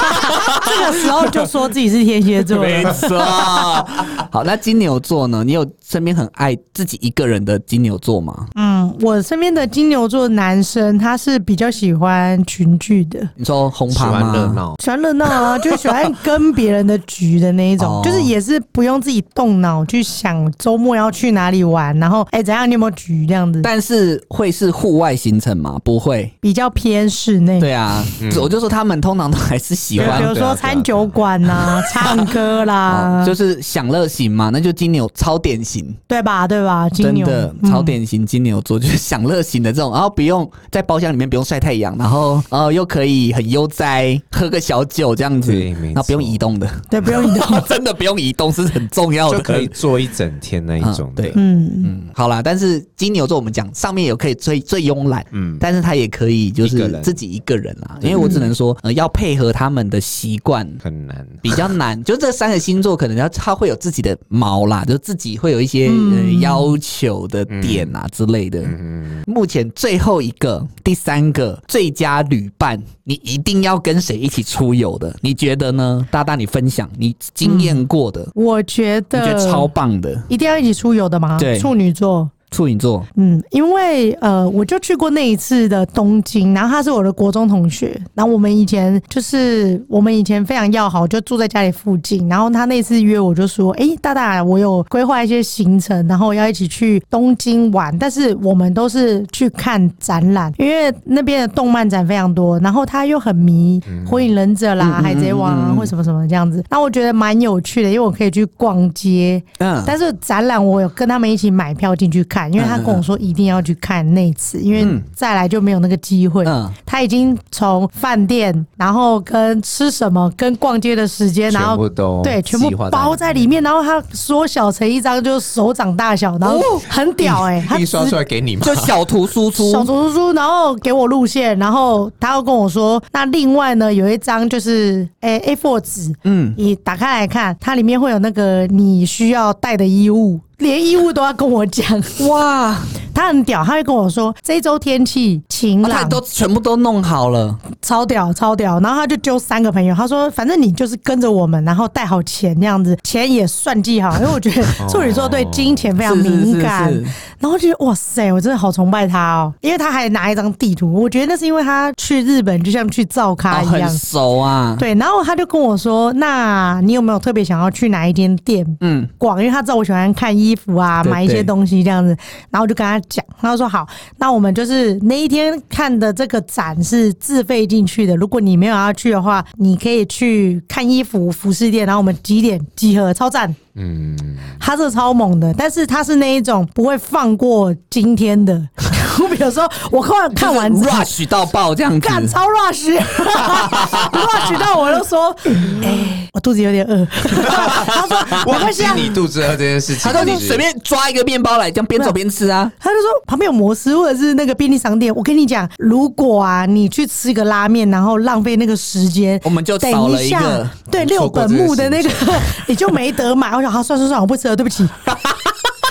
A: 这个时候就说自己是天蝎座
B: 没
A: 了。
B: 错。啊好，那金牛座呢？你有身边很爱自己一个人的金牛座吗？
A: 嗯，我身边的金牛座男生，他是比较喜欢群聚的，
B: 你说红
C: 喜
B: 爬
C: 欢热
B: 吗？
C: 闹，
A: 喜欢热闹啊，就喜欢跟别人的局的那一
B: 哦
A: 种，就是也是不用自己动脑去想周末要去哪里玩，然后哎、怎样你有没有局这样子，
B: 但是会是户外行程吗？不会。
A: 比较偏室内。
B: 对啊，
C: 嗯
B: 我就说他们通常都还是喜
A: 就
B: 欢啊
A: 比如
C: 对啊对
A: 说
C: 啊
A: 餐酒馆呐、唱歌啦，
B: 哦就是享乐型嘛，那就金牛超典型，
A: 对吧？对吧？金
B: 真
A: 牛嗯
B: 的超典型金牛座，就是享乐型的这种，然后不用在包厢里面不用晒太阳，然后呃又可以很悠哉喝个小酒这样子，
C: 对没
B: 然后不用
C: 错
B: 移动的，
A: 对，不用移动。
B: 真的不用移动是很重要的，
C: 就可 以做一整天那一种的。
B: 哦嗯对
A: 嗯，
B: 嗯，好啦，但是金牛座我们讲上面有可以最最慵懒，嗯
C: 嗯，
B: 但是他也可以就
C: 一个
B: 是
C: 人
B: 自己一个人啦，因为我只能说，呃，要配合他们的习惯。
C: 很难。
B: 比较难，就这三个星座可能要他会有自己的毛啦，就自己会有一些、呃
A: 嗯
B: 要求的点啊之类的。
C: 嗯，
B: 目前最后一个、第三个最佳旅伴，你一定要跟谁一起出游的？你觉得呢？大大，你分享你经验过的，
A: 我觉
B: 你
A: 得
B: 觉得超棒的
A: 一定要一起出游的吗？
B: 对
A: 处女座。
B: 处女座，
A: 嗯，因为呃，我就去过那一次的东京，然后他是我的国中同学，然后我们以前就是我们以前非常要好，就住在家里附近。然后他那次约我就说：“诶，大大，我有规划一些行程，然后要一起去东京玩，但是我们都是去看展览，因为那边的动漫展非常多。然后他又很迷火影忍者啦、
B: 嗯嗯
A: 海贼王啊，
B: 嗯嗯嗯
A: 或什么什么这样子。那我觉得蛮有趣的，因为我可以去逛街，
B: 嗯，
A: 但是展览我有跟他们一起买票进去看，因为他跟我说一定要去看那一次，因为再来就没有那个机会。
B: 嗯
A: 他已经从饭店，然后跟吃什么，跟逛街的时间，然
C: 全
A: 后
C: 部。都
A: 对，全部
C: 计划
A: 包在里面，然后他缩小成一张，就是手掌大小，然后
B: 哦
A: 很屌哎、他
C: 印刷
A: 直
C: 出来给你吗？
B: 就小图输出，
A: 小猪猪，然后给我路线，然后他又跟我说，那另外呢有一张就是诶 A4 纸，
B: 嗯
A: 嗯，你打开来看，它里面会有那个你需要带的衣物，连衣物都要跟我讲，
B: 哇，
A: 他很屌，他会跟我说这周天气晴
B: 他
A: 朗，
B: 都全部都弄好了，
A: 超屌超屌，然后他就揪三个朋友，他说反正你就是跟着我们，然后带好钱那样子，钱也算计好，因为我觉得 处女座对金钱非常
B: 是是
A: 敏
B: 哦是
A: 感，
B: 是
A: 然后就觉得哇塞，我真的好崇拜他哦，因为他还拿一张地图，我觉得那是因为他去日本就像去照咖
B: 哦，
A: 一样。
B: 很熟啊，，
A: 对，然后他就跟我说：“那你有没有特别想要去哪一间店
B: 嗯，
A: 逛？因为他知道我喜欢看衣服啊，
B: 对
A: 买一些
B: 对
A: 东西这样子。”然后我就跟他讲，他就说好，那我们就是那一天看的这个展是自费进去的，如果你没有要去的话，你可以去看衣服服饰店，然后我们几点集合，超赞。
C: 嗯，
A: 他这个超猛的，但是他是那一种不会放过今天的。 我比如说，我看看完
B: 就是 rush 到爆这样子，
A: 干超 rush，rush 到我就说，哎、我肚子有点饿。 他 说没
C: 忘
A: 关系
C: 记
A: 啊，
C: 你肚子饿这件事情，
B: 他就是
C: 是
B: 随便抓一个面包来，这样边走边吃啊。
A: 他就说旁边有摩斯或者是那个便利商店。我跟你讲，如果啊你去吃个拉面，然后浪费那个时间，
B: 我们就少
A: 等
B: 了一
A: 下
B: 个
A: 对六
C: 错过
A: 本
C: 这个
A: 木的那个 你就没得买。我想好算算算，我不吃了，对不起。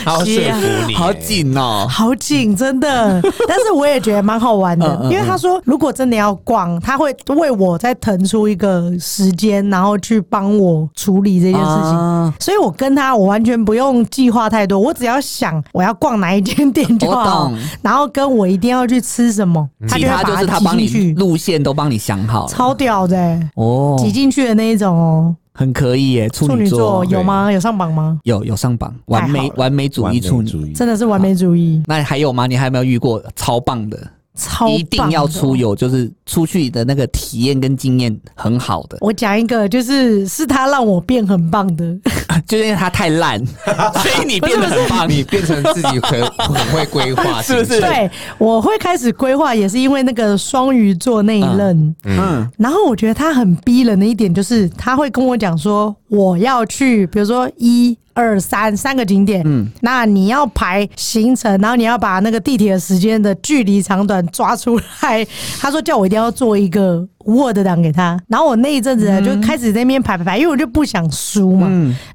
C: 他要说服你，欸
B: 好，紧哦，
A: 好紧，真的。但是我也觉得蛮好玩的
B: 嗯，嗯
A: 因为他说如果真的要逛，他会为我再腾出一个时间，然后去帮我处理这
B: 这
A: 件事情。
B: 啊、
A: 所以我跟他，我完全不用计划太多，我只要想我要逛哪一间店就
B: 我
A: 好
B: 懂，
A: 然后跟我一定要去吃什么，
B: 其
A: 就
B: 他
A: 会
B: 就
A: 把
B: 是他
A: 它
B: 帮
A: 挤进
B: 你
A: 去，
B: 路线都帮你想好了，
A: 超屌的、欸，
B: 哦，
A: 挤进去的那一种哦。
B: 很可以耶，处
A: 处
B: 女
A: 女
B: 座
A: 座有吗？有上榜吗？
B: 有有上榜，完
A: 太
B: 美
A: 好了
B: 完美主
C: 完
B: 义
C: 美
B: 处女。
C: 主义，
A: 真的是完美主义，
B: 那还有吗？你还有没有遇过超棒的？
A: 超棒的
B: 一定要出游，就是出去的那个体验跟经验很好的，
A: 我讲一个，就是是他让我变很棒的，
B: 就是因为它太 烂，所以你变得很棒。
C: 你变成自己很很会规划，
B: 是不是
A: 对，我会开始规划，也是因为那个双鱼座那一任。
B: 嗯，
A: 然后我觉得他很逼人的一点就是，他会跟我讲说，我要去，比如说一二三三个景点，嗯，那你要排行程，然后你要把那个地铁时间的距离长短抓出来。他说叫我一定要做一个 Word 档给他，然后我那一阵子呢就开始在那边排排
B: 嗯
A: 排，因为我就不想输嘛，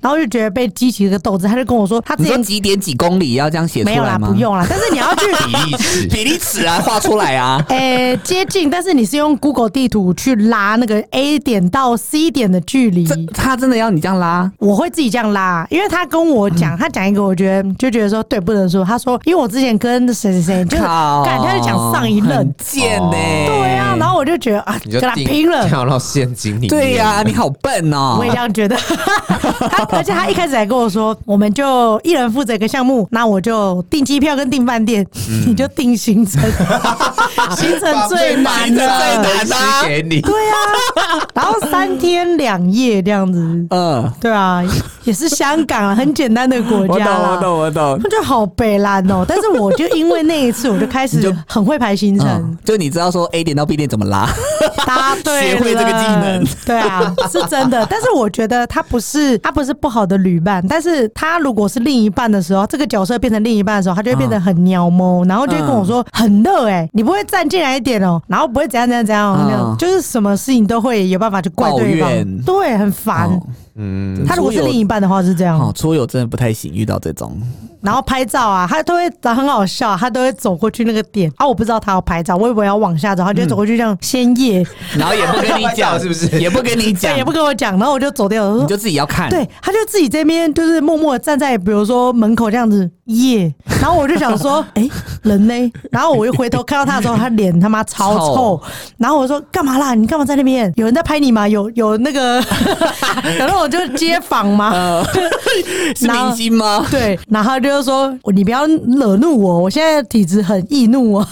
A: 然后就觉得被激起一个斗志，他就跟我说，他之
B: 你说
A: 前
B: 几点几公里要这样写出
A: 没有
B: 来
A: 啦，
B: 吗？
A: 不，用啦，但是你 要去。。
C: 比例尺，
B: 比例尺啊，画出来啊
A: 诶、接近，但是你是用 Google 地图去拉那个 A 点到 C 点的距离，
B: 这他真的要你这样拉？
A: 我会自己这样拉，因为他跟我讲，他讲一个，我觉得就觉得说对不能说，他说因为我之前跟谁谁谁就是，
B: 靠，
A: 感他就讲上一任
B: 很，贱欸呢、
A: 对啊，然后我就觉得啊，
C: 你就
A: 跟他
C: 定
A: 拼了。
C: 跳到陷阱里面，
B: 对呀、你好笨哦、
A: 我也这样觉得， 他而且他一开始还跟我说，我们就一人负责一个项目，那我就订机票跟订饭店，你就订行程，行程最难
B: 行程最
A: 的
B: 难，
C: 分析给你，
A: 对啊，然后三天两夜这样子，
B: 嗯，
A: 对啊，也是香港啊，很简单的国
B: 我
A: 家
B: 懂，
A: 啦
B: 我懂，我懂。
A: 我觉得好北蓝哦，但是我就因为那一次，我就开
B: 你就
A: 始很会排行程
B: 嗯，，就你知道说 A 点到 B 点怎么拉，
A: 答对
B: 学会这个技能
A: 了，对啊，是真 的。但是我觉得他不是他不是不好的旅伴，但是他如果是另一半的时候，这个角色变成另一半的时候，他就会变得很鸟
B: 嗯
A: 毛，然后就会跟我说很热哎，你不会站进来一点哦，然后不会怎样怎样怎样哦，
B: 嗯
A: 那样就是什么事情都会有办法去怪对
B: 抱
A: 方
B: 怨，
A: 对，很烦。
B: 哦
C: 嗯，
A: 他如果是
B: 出游
A: 另一半的话是这样，
B: 哦，出游真的不太行，遇到这种
A: 然后拍照啊，他都会很好笑，他都会走过去那个点啊，我不知道他要拍照，我以为要往下走，他就走过去这样先夜，
B: 然后也不跟你 讲，
C: 啊是不是
B: 也不跟你讲
A: 对，，也不跟我讲，然后我就走掉了， 我
B: 你就
A: 说
B: 自己要看。
A: 对，他就自己这边就是默默地站在比如说门口这样子夜，然后我就想说，哎，人呢？然后我一回头看到他的时候，他脸他妈超
B: 臭
A: 臭，然后我说干嘛啦？你干嘛在那边？有人在拍你吗？有有那个， 然后我就街访吗？
B: 嗯是
A: 然后
B: 明星吗？
A: 对，然后他就是说你不要惹怒我，我现在体质很易怒哦。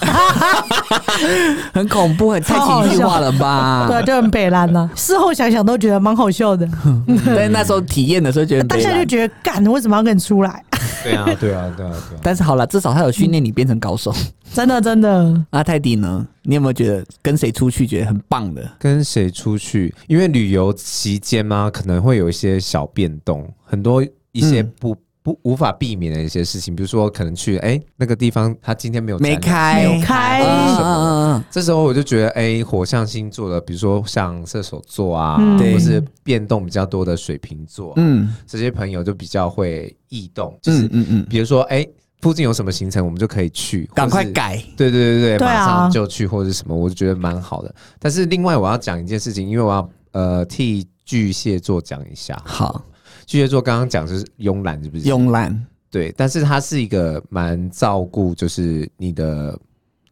B: 很恐怖，很太情绪化了吧？
A: 对啊，就很北蓝 呐、事后想想都觉得蛮好笑的，
B: 但是那时候体验的时候觉得很
A: 当
B: 悲
A: 下就
B: 凉，
A: 觉得干，为什么要跟你出来？
C: 对啊，对啊，对啊，对啊。
B: 但是好了，至少他有训练你变成高手。
A: 真的真的，
B: 阿泰迪呢？你有没有觉得跟谁出去觉得很棒的？
C: 跟谁出去？因为旅游期间嘛，可能会有一些小变动，很多一些
B: 嗯
C: 不、不无法避免的一些事情，比如说可能去哎、那个地方，他今天没有
B: 没
C: 展览
B: 开，
A: 没开
B: 嗯嗯
C: 什么的
B: 嗯嗯
C: 这时候我就觉得，哎、火象星座的，比如说像射手座啊，
A: 嗯
B: 对
C: 或是变动比较多的水瓶座，啊
B: 嗯
C: 这些朋友就比较会异动，就是
B: 嗯嗯嗯，
C: 比如说，哎、附近有什么行程，我们就可以去，
B: 赶快
C: 或是
B: 改。
C: 对对对对，
A: 对啊
C: 马上就去或者什么，我就觉得蛮好的。但是另外我要讲一件事情，因为我要呃替巨蟹座讲一下。
B: 好，
C: 巨蟹座刚刚讲就是慵懒，是不是？
B: 慵懒，
C: 对，但是他是一个蛮照顾，就是你的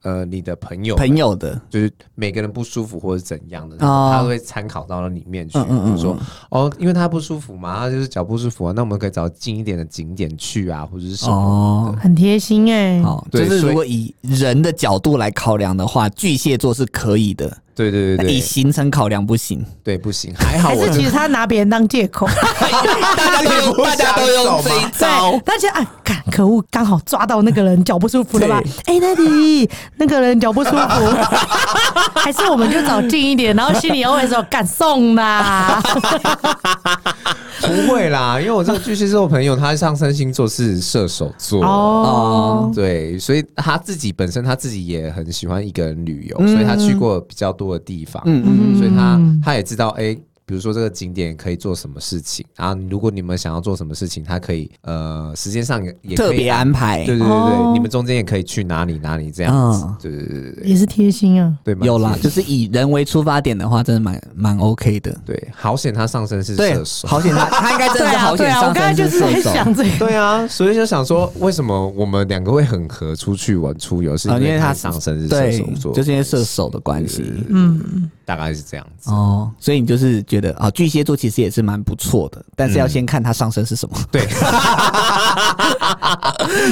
C: 呃你的朋友们
B: 朋友的，
C: 就是每个人不舒服或者怎样的，
B: 哦
C: 他都会参考到里面去。
B: 嗯嗯嗯
C: 比如说，哦，因为他不舒服嘛，他就是脚不舒服啊，那我们可以找近一点的景点去啊，或者是什么。
B: 哦。
A: 很贴心哎、
B: 好，就
C: 对
B: 是
C: 所
B: 如
C: 以
B: 果以人的角度来考量的话，巨蟹座是可以的，
C: 对对对
B: 但以
C: 对，
B: 行程考量不行。
C: 对不行，还好
A: 还
C: 我
A: 是其
C: 就
A: 实他拿别人当借 口，
B: 大家都 用大家都用这一招
A: 对，，他觉得啊，干可恶，刚好抓到那个人脚不舒服了吧？哎、那里那个人脚不舒服， 还是我们就找近一点，然后心里 always 说敢送 啦，
C: 不会啦，因为我这个巨蟹座朋友，他上升星座是射手座。
A: 哦，
C: 对，所以他自己本身他自己也很喜欢一个人旅游，所以他去过比较多的地方，
A: 嗯
C: 所以他他也知道，哎、比如说这个景点可以做什么事情，然后如果你们想要做什么事情，他可以呃时间上也也可以
B: 特别安排
C: 对对对对，
A: 哦
C: 你们中间也可以去哪里哪里这样子，
B: 嗯
C: 对对对对对
A: 也是贴心啊。
C: 对，蛮
B: 有啦，
C: 贴
B: 就是以人为出发点的话，真的蛮蛮 OK 的。
C: 对，好险他上身是
B: 对
C: 射，手，
B: 好险他他应该真
A: 对
B: 的是
A: 啊，
B: 好
A: 对
B: 险
A: 啊，我
B: 上
A: 刚才
B: 身
A: 就是是
B: 射
A: 在
B: 手，
A: 想这个，
C: 对啊，所以就想说，为什么我们两个会很合出去玩出游，是
B: 啊因为
C: 为
B: 他
C: 上身是射手
B: 对，
C: 座，
B: 就是因为射手的关系。
A: 嗯，
C: 大概是这样子。
B: 哦，所以你就是觉得啊，巨蟹座其实也是蛮不错的，但是要先看他上身是什么。
C: 嗯对，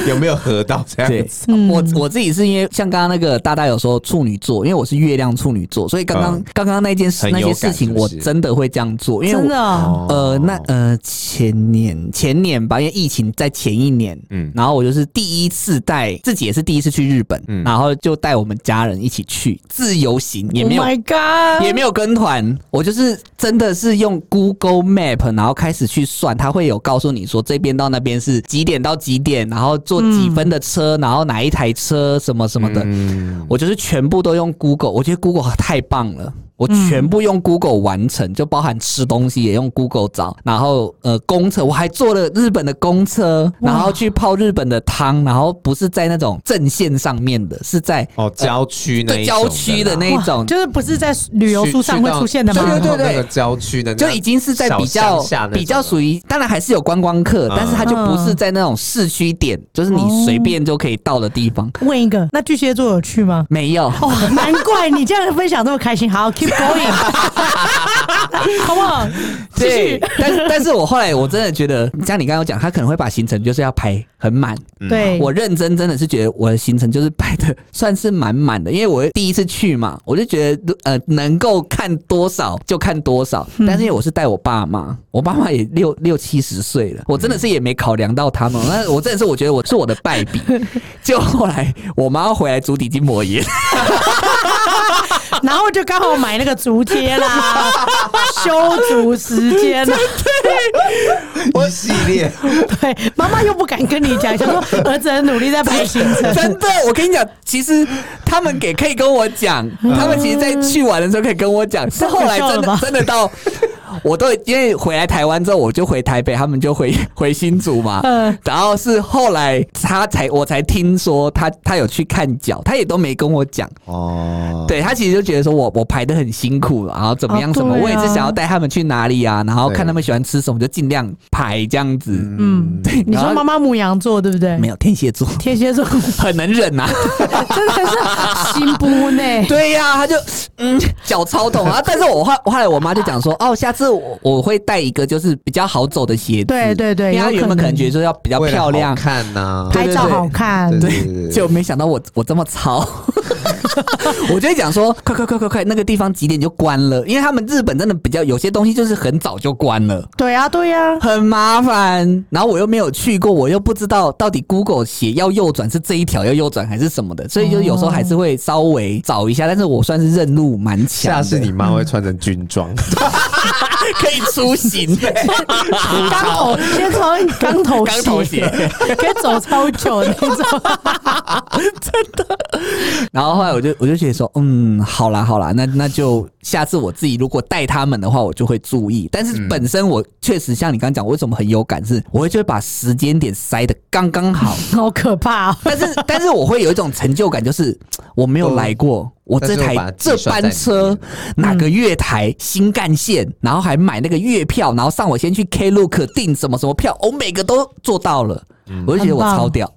C: 有没有合到这
B: 对
C: 样子？，
A: 嗯
B: 我我自己是因为像刚刚那个大大有说处女座，因为我是月亮处女座，所以刚刚
C: 嗯
B: 刚刚那件事
C: 很
B: 那
C: 有
B: 些
C: 感
B: 事情，
C: 是不
B: 我
C: 是
B: 真的会这样做，因为
A: 真
B: 我
A: 的哦，
B: 呃，那呃，前年前年吧，因为疫情在前一年，嗯
C: 嗯，
B: 然后我就是第一次带自己也是第一次去日本，
C: 嗯
B: 然后就带我们家人一起去自由行，也没有
A: Oh my God，
B: 也没有跟团，我就是真的是用 Google Map，然后开始去算，它会有告诉你说这边到那边是几点到几点，然后坐几分的车，然后哪一台车什么什么的，
C: 嗯，
B: 我就是全部都用 Google，我觉得 Google 太棒了。我
C: 嗯
B: 全部用 Google 完成，就包含吃东西也用 Google 找，然后呃公厕我还坐了日本的公车，然后去泡日本的汤，然后不是在那种正线上面的，是在
C: 哦，郊区那
B: 对
C: 一
B: 郊区的那一种
A: 哇，就是不是在旅游书上会出现的吗？
B: 对对对对
C: 那个郊区的那
B: 就已经是在比较
C: 小乡下那种
B: 比较属于，当然还是有观光客，
C: 嗯
B: 但是它就不是在那种市区点，就是你随便就可以到的地
C: 哦
B: 方。
A: 问一个，那巨蟹座有去吗？
B: 没 有，
A: 哦，难怪你这样分享这么开心，好，keep going，好不好？继
B: 对
A: 续，，
B: 但但是我后来我真的觉得，像你刚刚讲，他可能会把行程就是要排很满。
A: 对，
B: 我认真真的是觉得我的行程就是排的算是满满的，因为我第一次去嘛， 我就觉得呃能够看多少就看多少。但是因为我是带我爸妈，我爸妈也六六七十岁了，我真的是也没考量到他们。那我真的是我觉得我是我的败笔。就后来我妈回来足底筋膜炎，
A: 然后就刚好买那个足贴 啦，修足时间啦，
C: 一系 列，
A: 对，妈妈又不敢跟你讲，想说儿子很努力在排行 程，
B: 真的，我跟你讲，其实他们给可以跟我 讲，他们其实在去玩的时候可以跟我讲，是后来真
A: 太好笑了
B: 的
A: 吧
B: 真的到。我都因为回来台湾之后，我就回台北，他们就回 回新竹嘛。
A: 嗯
B: 然后是后来他才我才听说他他有去看脚，他也都没跟我讲。
C: 哦，
B: 对他其实就觉得说我我排的很辛苦，然后怎么样
A: 啊
B: 什么，
A: 对啊
B: 我也是想要带他们去哪里啊，然后看
C: 对
B: 他们喜欢吃什么就尽量排这样子。
A: 嗯，
B: 对，
A: 你
B: 然
A: 说
B: 后
A: 妈妈母羊座对不对？
B: 没有天 蝎座
A: 天 蝎座
B: 很能忍啊。
A: 真的是心不欸内，
B: 对呀、他就嗯脚超痛啊。但是我后我后来我妈就讲说，哦，下次我我会带一个就是比较好走的鞋子。
A: 对对对
B: 因为她
A: 有
B: 原
A: 可
B: 本可能
A: 能
B: 觉得说要比较
C: 为了
B: 漂亮
C: 好，看呐，
B: 对
A: 拍
B: 对
A: 照
B: 对
A: 好看，
C: 对
B: 对 就没想到我我这么糙。 我就会讲说，快快快快快，那个地方几点就关了，因为他们日本真的比较有些东西就是很早就关了，
A: 对啊对啊，
B: 很麻烦。然后我又没有去过，我又不知道到底 Google 写要右转是这一条要右转还是什么的，所以就有时候
A: 哦
B: 还是会稍微找一下。但是我算是认路蛮强的，
C: 下次你妈会穿成军 装，
B: 可以出行，
A: 啊刚头先穿刚头
B: 钢头鞋。
A: 可以走超久那种。
B: 然后后来我就我就觉得说，嗯，好啦好啦，那那就下次我自己如果带他们的话，我就会注意。但是本身我确实像你刚刚讲，我为什么很有感是，我会就会把时间点塞的刚刚好。
A: 好可怕、哦！
B: 但是但是我会有一种成就感，就是我没有来过。我这台
C: 但是我把它
B: 这
C: 计算在
B: 班车哪个月台新干线，然后还买那个月票，然后上我先去 Klook 订什么什么票，我每个都做到了。我就觉得我
A: 很棒
B: 超屌，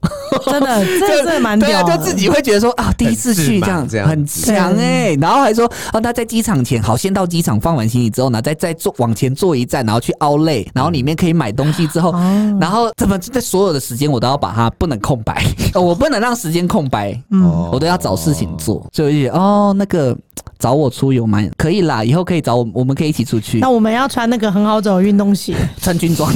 A: 真的，这
B: 就
A: 真的蛮
B: 对啊，
A: 屌的，
B: 就自己会觉得说啊，第一次去这样
C: 很自满
B: 很
A: 这样
B: 强哎、然后还说啊，那在机场前好，先到机场放完行李之后呢，再再坐往前坐一站，然后去 Outlet，然后里面可以买东西之后，
A: 哦
B: 然后怎么在所有的时间我都要把它不能 空白，哦我不能让时间空白，
A: 嗯，
C: 哦
B: 我都要找事情做，所以我就觉得哦，那个找我出游蛮可以啦，以后可以找我，我们可以一起出去
A: 那我们要穿那个很好走的运动鞋，
B: 穿军 装。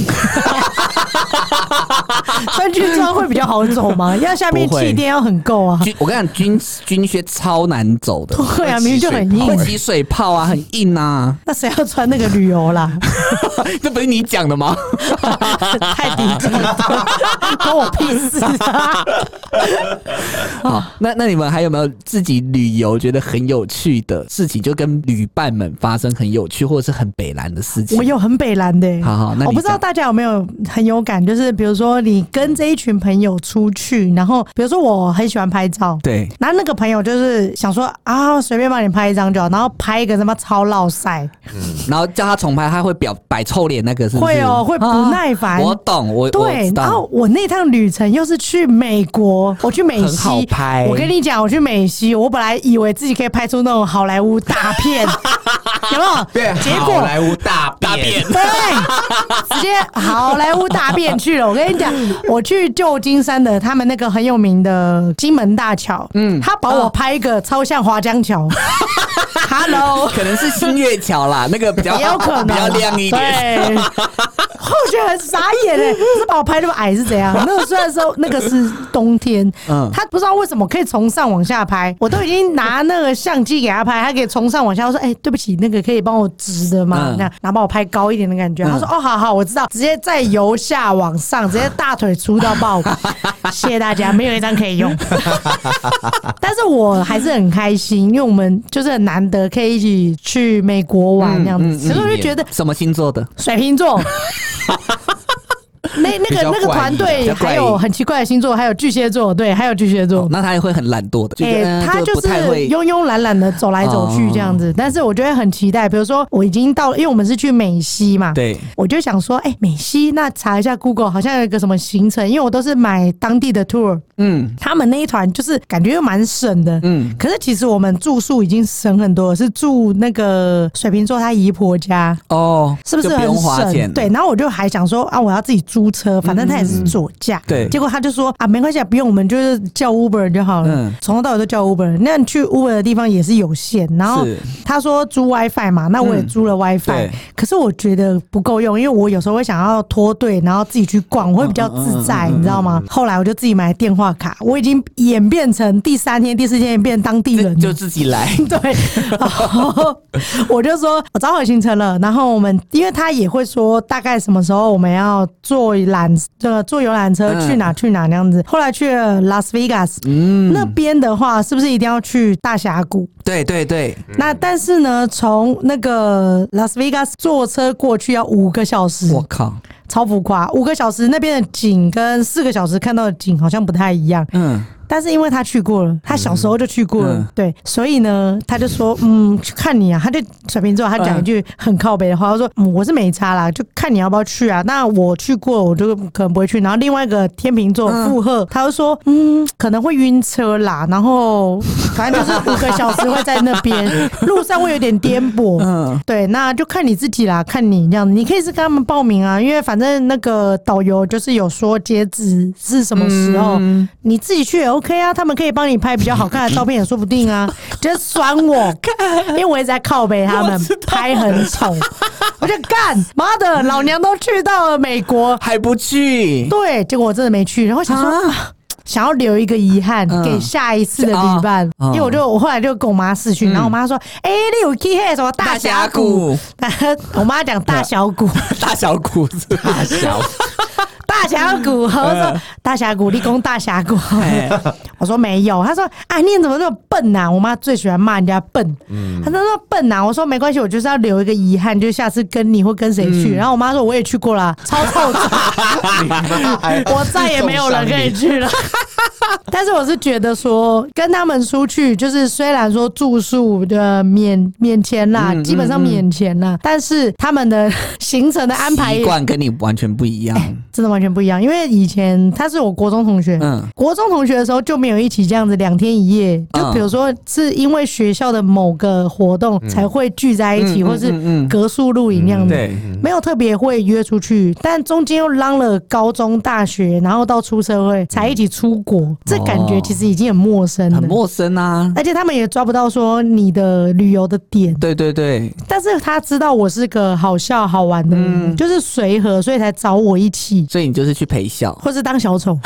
A: 穿军装会比较好走吗？要下面
B: 不会
A: 气垫要很够啊，
B: 军，我跟你讲，军军靴超难走的，
A: 对啊，
C: 会
A: 明明就很
C: 起水
B: 会
C: 泡
A: 硬，
B: 起水泡啊，很硬啊，
A: 那谁要穿那个旅游啦？
B: 这不是你讲的吗？
A: 太低级了，关我屁事啊！
B: 好，那那你们还有没有自己旅游觉得很有趣的事情，就跟旅伴们发生很有趣或者是很北蓝的事情？
A: 我有很北蓝的、欸，
B: 好好那你
A: 我不知道
B: 讲
A: 大家有没有很有感，就是比如说你跟这一群朋友出去，然后比如说我很喜欢拍照，
B: 对
A: 然后那个朋友就是想说啊，随便帮你拍一张就好，然后拍一个他妈超落塞，
B: 然后叫他重拍，他会表摆臭脸，那个是不是啊
A: 会哦会不耐烦
B: 我懂，我我
A: 对
B: 知，
A: 然后
B: 道。
A: 我那趟旅程又是去美国，我去美
B: 很
A: 西，
B: 好拍
A: 我跟你讲，我去美西，我本来以为自己可以拍出那种好莱坞大片，有没有？
C: 对，
A: 结
C: 好
A: 果
C: 莱坞大 大便，
A: 对，直接好莱坞大便去了。我跟你讲，我去旧金山的他们那个很有名的金门大桥，嗯，他把我拍一个超像华江桥。Hello，
B: 可能是新月桥啦，那个比 较
A: 也有可能啊
B: 比较亮一点。
A: 对，我觉得很傻眼哎、这把我拍那么矮是怎 样？那个虽然说那个是冬天，
B: 嗯
A: 他不知道为什么可以从上往下拍，我都已经拿那个相机给他拍，他可以从上往下，我说哎、对不起，那个可以帮我直的吗？
B: 嗯
A: 那然后帮我拍高一点的感觉。他说哦，好好，我知道，直接再由下往上，直接大腿粗到爆， 谢谢大家，没有一张可以 用。但是我还是很开心，因为我们就是很难得可以一起去美国
B: 嗯
A: 玩这样子，所以我就觉得哦
B: 什么星座的？
A: 水瓶 座。那那
C: 比
A: 个
C: 较
A: 那个
C: 怪异
A: 团
B: 比
A: 队
B: 较怪
A: 还
B: 异
A: 有很奇怪的星座，还有巨蟹座，对，还有巨蟹座。
B: 哦那他也会很懒惰的，就
A: 哎，
B: 觉得嗯
A: 他
B: 不
A: 就是
B: 太会哦
A: 慵慵懒懒的走来走去这样子，但是我觉得很期待。比如说，我已经到了，因为我们是去美西嘛，
B: 对
A: 我就想说，哎、美西那查一下 Google，好像有一个什么行程，因为我都是买当地的 tour，
B: 嗯
A: 他们那一团就是感觉又蛮省的，
B: 嗯
A: 可是其实我们住宿已经省很多了，是住那个水瓶座他姨婆家，
B: 哦，
A: 是不是
B: 就不
A: 很
B: 用花
A: 省？
B: 钱？
A: 对，然后我就还想说啊，我要自己租车，反正他也是左驾。
B: 嗯对
A: 结果他就说啊，没关系，啊，不用，我们就是叫 Uber 就好了
B: 嗯。
A: 从头到尾都叫 Uber，那你去 Uber 的地方也是有限。然后
B: 是嗯
A: 他说租 WiFi 嘛，那我也租了 WiFi，
B: 对
A: 可是我觉得不够用，因为我有时候会想要脱队，然后自己去逛，我会比较自
B: 嗯
A: 在，你知道吗？后来我就自己买电话卡，我已经演变成第三天、第四天变当地人
B: 就
A: 了，
B: 就自己来。
A: 对，然后我就说我找好行程了，然后我们因为他也会说大概什么时候我们要坐缆这个坐游览车
B: 嗯
A: 去哪去哪那样子。后来去了拉斯维加斯，嗯，那边的话是不是一定要去大峡谷？
B: 对对对，
A: 那但是呢，从那个拉斯维加斯坐车过去要五个小时，
B: 我靠，
A: 超浮夸，五个小时那边的景跟四个小时看到的景好像不太一样。
B: 嗯，
A: 但是因为他去过了，他小时候就去过了，
B: 嗯
A: 对，所以呢，他就说，嗯，去看你啊，他就水瓶座，他讲一句很靠北的话，他说，嗯，我是没差啦，就看你要不要去啊。那我去过，我就可能不会去。然后另外一个天秤座
B: 嗯
A: 附和，他就说，嗯，可能会晕车啦，然后反正就是五个小时会在那 边，路上会有点颠簸，
B: 嗯
A: 对，那就看你自己啦，看你这样子，你可以是跟他们报名啊，因为反正那个导游就是有说截止是什么时候，你自己去也 OK 啊，他们可以帮你拍比较好看的照片也说不定啊。就是酸我，因为我一直在靠北他们拍很丑，我就干妈的，老娘都去到了美国，
B: 还不去？
A: 对，结果我真的没去，然后想说。啊想要留一个遗憾
B: 嗯
A: 给下一次的旅伴，
B: 哦哦
A: 因为我就我后来就跟我妈试去，然后我妈说：“哎、你有去那个什么大峡谷？”， 我妈讲大峡 谷，
B: 大峡谷是吧？
C: 大小
A: 大峡谷，我说大峡谷，立功大峡谷。 我说没有，她说啊，你怎么那么笨呐、我妈最喜欢骂人家笨，她说那笨啊呐、我说没关系，我就是要留一个遗憾，就下次跟你或跟谁去。然后我妈说我也嗯去过啦，超臭的，
C: 你妈还
B: 哎
A: 我再也没有人可以去了。 但是我是觉得说，跟他们出去，就是虽然说住宿的免免钱啦，
B: 嗯嗯嗯
A: 基本上免钱啦，但是他们的行程的安排
B: 习惯哎跟你完全不一样。
A: 真的完全不一样。因为以前他是我国中同学，
B: 嗯，
A: 国中同学的时候就没有一起这样子两天一夜，就
B: 嗯
A: 比如说是因为学校的某个活动才会聚在一起，
B: 嗯
A: 或是
B: 嗯嗯
A: 隔宿露营那样
B: 嗯
A: 子。
B: 对，
A: 没有特别会约出去，但中间又浪了高中、大学，然后到出社会才一起出国，这感觉其实已经很陌生了。
B: 很陌生啊。
A: 而且他们也抓不到说你的旅游的点，
B: 对对对，
A: 但是他知道我是个好笑好玩的人，就是随和，所以才找我一起，
B: 所以你就是去陪笑。
A: 或是当小 丑，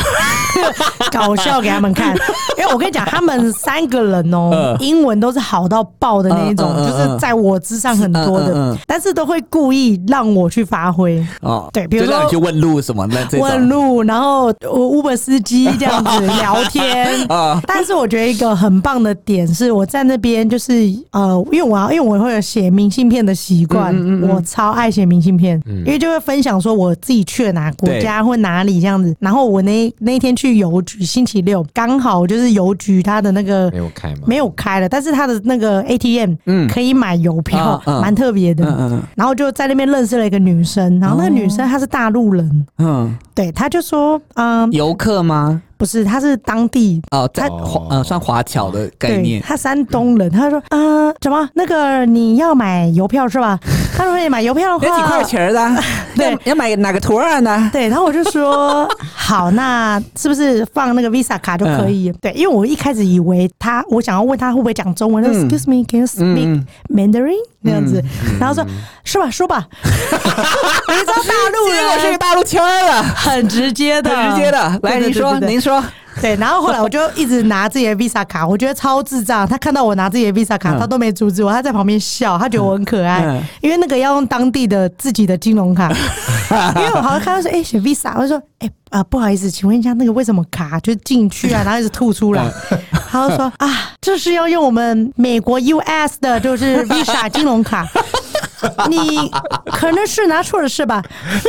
A: 搞笑给他们看。因为我跟你讲，他们三个人哦、
B: 嗯
A: 英文都是好到爆的那一种，
B: 嗯嗯嗯嗯
A: 就是在我之上很多的，
B: 嗯嗯嗯
A: 但是都会故意让我去发挥。
B: 哦，
A: 对比如
B: 就
A: 说
B: 让你去问路什么那这种
A: 问路，然后我 Uber 司机这样子聊天。
B: 啊，
A: 但是我觉得一个很棒的点是，我在那边就是呃，因为我要因为我会有写明信片的习
B: 嗯
A: 惯，我超爱写明信片，因为就会分享说我自己去了哪国家或哪里这样子。然后我那那一天去邮局，星期六刚好就是邮局它的那个
C: 没有开吗？
A: 没有开了，但是它的那个 ATM 可以买邮票，
B: 嗯嗯
A: 蛮特别的。
B: 嗯哦嗯
A: 然后就在那边认识了一个女生，然后那个女生她是大陆人。
B: 嗯，
A: 对，他就说，嗯，
B: 游客吗？
A: 不是，他是当地。
B: 哦，在
C: 他
B: 华呃算华侨的概
A: 对，
B: 念，
A: 他山东人，他说，嗯，怎么那个你要买邮票是 吧？他说你买邮票的
B: 要
A: 话，
B: 几块。钱的啊，
A: 对
B: 要要买哪个图案呢？
A: 对，然后我就说，好，那是不是放那个 Visa 卡就可以？对，因为我一开始以为他，我想要问他会不会讲中文，他说
B: 嗯
A: Excuse me，Can you
B: 嗯
A: speak Mandarin？那样子，然后说是吧，说吧， 你知道大陆
B: 结果是
A: 人
B: 个大陆圈儿 了，
A: 很直接的，
B: 很直接啊的。来，
A: 对对
B: 您
A: 对
B: 说，
A: 对对
B: 您说，
A: 对，然后后来我就一直拿自己的 Visa 卡，我觉得超智障。他看到我拿自己的 Visa 卡，
B: 嗯
A: 他都没阻止我，他在旁边笑，他觉得我很可爱，
B: 嗯
A: 因为那个要用当地的自己的金融 卡。 因为我好像看到说，哎、写 Visa，我就说，哎、啊、不好意思，请问一下那个为什么卡就进去啊，然后一直吐出来， 他就说啊，这是要用我们美国 US 的，就是 Visa 金融卡。 你可能是拿错了是吧？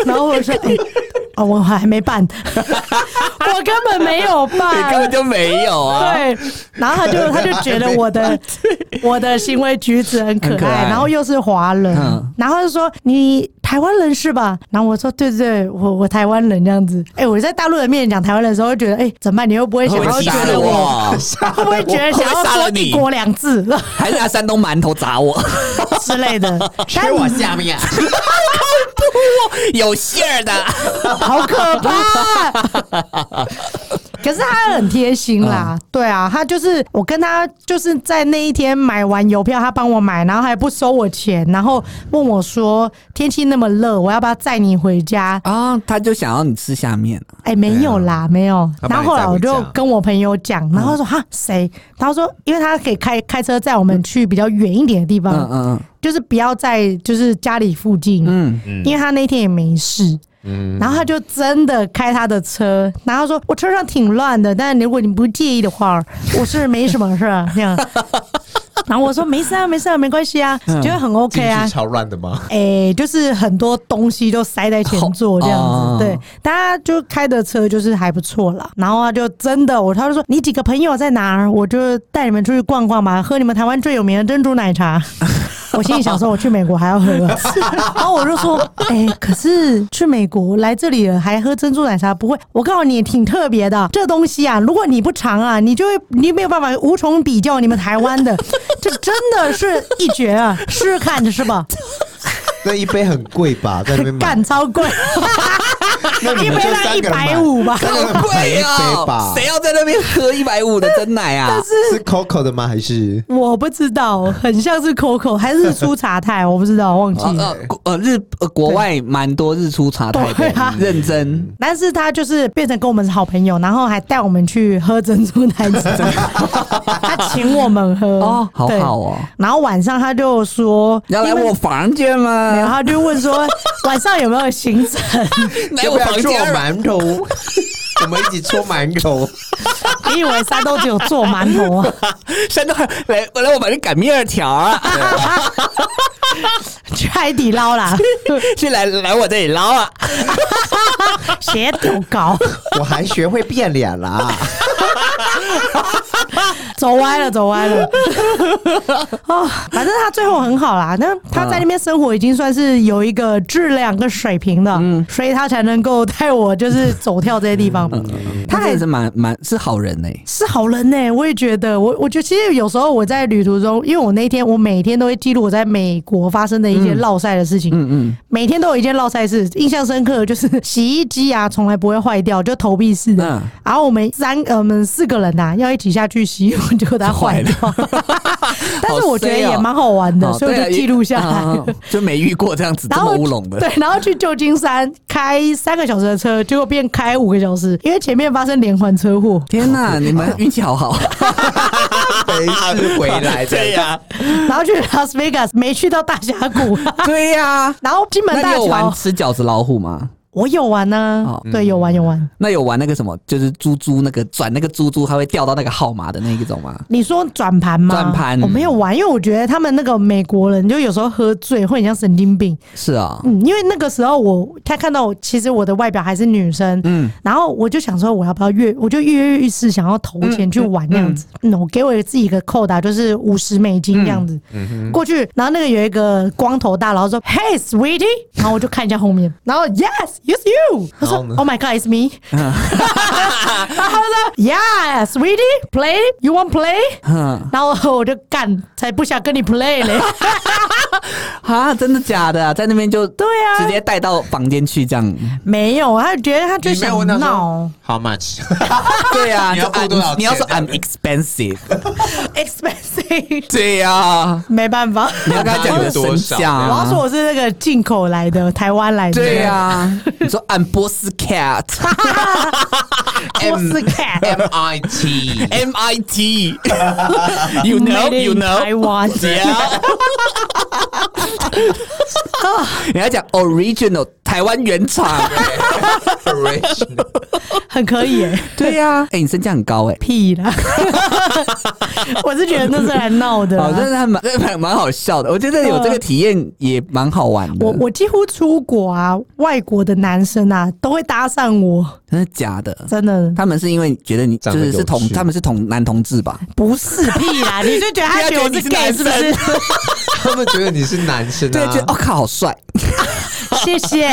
A: 然后我说，哎哦，我还没办， 我根本没有
B: 你根本
A: 办。
B: 就没有啊。
A: 对，然后他就他就觉得我 的我的行为举止很可
B: 很可爱
A: 爱，然后又是华人
B: 嗯，
A: 然后他就说你台湾人是吧？然后我说对对对，我我台湾人这样子。哎，我在大陆人面前讲台湾人的时候，会觉得哎怎么办？你会不会
B: 会
A: 想
B: 不
A: 要
B: 会
A: 觉
B: 杀了
A: 得我？
B: 我？
A: 会不会觉得想
B: 会
A: 要
B: 不会杀了
A: 说
B: 你
A: 一国两制
B: 还是拿山东馒头砸我？
A: 之类的？
C: 开我下面啊！
B: 有馅儿的，
A: 好可怕！可是他很贴心啦，
C: 嗯
A: 对啊，他就是我跟他就是在那一天买完邮票，他帮我买，然后还不收我钱，然后问我说天气那么热，我要不要载你回家？
B: 啊，他就想要你吃下面，
A: 哎、没有啦，没有。
C: 他把
A: 然
C: 你
A: 后后来我
C: 载
A: 就
C: 回家
A: 跟我朋友讲，然后他说哈谁？他说因为他可以开开车载我们去比较远一点的地方，
B: 嗯嗯
A: 就是不要在就是家里附近，
B: 嗯
C: 嗯
A: 因为他那天也没事，然后他就真的开他的车，然后说我车上挺乱的，但如果你不介意的话，我是没什么事儿这样。然后我说没事啊，没事啊，没关系啊，觉得很 OK
C: 进
A: 啊
C: 去。超乱的吗？
A: 哎、就是很多东西都塞在前座这样子，
B: 哦
A: 对，大家就开的车就是还不错啦。然后他就真的，我他就说你几个朋友在哪儿，我就带你们出去逛逛吧，喝你们台湾最有名的珍珠奶茶。 我心里想说，我去美国还要喝、 啊，然后我就说，哎、可是去美国来这里了还喝珍珠奶茶，不会？我告诉你，挺特别的，这东西啊，如果你不尝啊，你就会你没有办法无从比较你们台湾的，这真的是一绝啊！试试看是吧？
C: 那一杯很贵 吧？在那边买
A: 干，超贵，
C: 那 你
A: 一
C: 们
A: 杯
C: 就
A: 要一
C: 三个人买
A: 百，五吧。
B: 嗯
C: 三个人买一
B: 贵
C: 杯
B: 啊
C: 吧，？
B: 谁要在那边喝一百五的真奶 啊？
C: 是 Coco 的吗？还是
A: 我不知道，很像是 Coco 还是苏茶 太，我不知道，忘记
C: 啊
B: 哦
A: 了。
B: 呃国呃日呃国外蛮多日出茶台
A: 对
B: 的，
A: 啊
B: 认真。
A: 但是他就是变成跟我们是好朋友，然后还带我们去喝珍珠奶 茶，他请我们喝
B: 哦好
A: 对
B: 好哦
A: 然后晚上他就说
B: 要来
A: 因为
B: 我房间
C: 啊
A: 然
B: 吗？
A: 后他就问 说晚上有没有行程？
B: 来
C: 要
B: 我
C: 不要
B: 房
C: 做
B: 间吧。啊
C: 馒头？ 我们一起搓馒头，
A: 你以为山东只有做馒头啊？
B: 山东 来，我来我房间擀面条啊，
A: 去海底捞 啦，
B: 是来来我这里捞啊。
A: 血都高。
C: 我还学会变脸啦！
A: 走歪 了，走歪了。哦，反正他最后很好啦。那他在那边生活已经算是有一个质量跟水平的，所以他才能够带我就是走跳这些地方。
B: 他
A: 他
B: 也
A: 还
B: 是蛮蛮是好人呢、欸
A: 是好人呢、我也觉得，我我觉得其实有时候我在旅途中，因为我那天我每天都会记录我在美国发生的一些落赛的事情，
B: 嗯嗯，
A: 每天都有一件落赛事，印象深刻的就是洗衣机啊，从来不会坏掉，就投币式的。
B: 嗯
A: 然后我们三呃我们四个人呐、要一起下去洗，结果 它坏掉。 但是我觉得也蛮好玩的，
B: 哦
A: 所以我
B: 对啊
A: 就记录下来。
B: 啊就没遇过这样子这
A: 然后
B: 么乌龙的。
A: 对，然后去旧金山开三个小时的车，结果变开五个小时，因为前面发生连环车祸。
B: 天哪，你们运气好 好，
C: 没事回来 的。
B: 对呀，
A: 然后去 Las Vegas 没去到大峡谷，
B: 对呀。
A: 然后金门
B: 那
A: 大
B: 你有玩
A: 桥
B: 吃饺子老虎吗？
A: 我有玩呢、
B: 哦
A: 对，有玩有玩。
B: 那有玩那个什么，就是猪猪那个转那个猪猪，它会掉到那个号码的那一种吗？
A: 你说转盘吗？
B: 转盘
A: 我没有玩，因为我觉得他们那个美国人就有时候喝醉会很像神经病。
B: 是啊，
A: 嗯，因为那个时候我他看到我，其实我的外表还是女生，
B: 嗯，
A: 然后我就想说我要不要跃，我就跃跃欲试，想要投钱去玩那样子。嗯，我给我自己一个扣打，就是五十美金这样子、
C: 嗯
A: 过去。然后那个有一个光头大佬说：“Hey, sweetie。”然后我就看一下后 面，然后 Yes, it's you。他说
C: 然后呢嗯
A: ：“Oh my God, it's me。然后他说：“Yeah, sweetie, play. You want play？”
C: 嗯
B: 哼，
A: 然后我就干，才不想跟你 play 嘞。
B: 啊，真的假的啊？在那边就对
A: 啊
B: 直接带到房间去这样。
A: 没有，他觉得他就
C: 你没有
A: 想
C: 问他说
A: 闹。
C: How much？
B: 对啊，
C: 你
B: 就
C: 要付多少
B: I'm- 你要说
C: 钱
B: I'm expensive，
A: expensive，
B: 对呀，
A: 没办法。
B: 你要跟他讲你的身
A: 我
B: 价
A: 要说。我是那个进口来的，台湾来的。
B: 对啊呀、 你说 I'm boss cat
A: 波斯 cat，
C: MIT，
B: M I T，you know
A: made
B: you
A: in
B: know，
A: Taiwan。
B: yeah. 你要讲 original 台湾原厂，
A: 很可以耶，
B: 对呀、哎、你身价很高哎、
A: 屁啦！ 我是觉得那是来闹的啦。啊
B: 哦，真的还蛮真的还蛮好笑的，我觉得有这个体验也蛮好玩的。
A: 我我几乎出国啊，外国的男生啊都会搭讪我，
B: 真的假的？
A: 真的
B: 他们是因为觉得你就
C: 长得
B: 是
C: 有
B: 是同，
C: 趣
B: 他们是同男同志吧？
A: 不是屁啦！你就觉得他觉得我是 gay 是不是？
C: 他们觉得你是男生
B: 对，
C: 啊
B: 觉得，哦靠，好帅！
A: 谢 谢。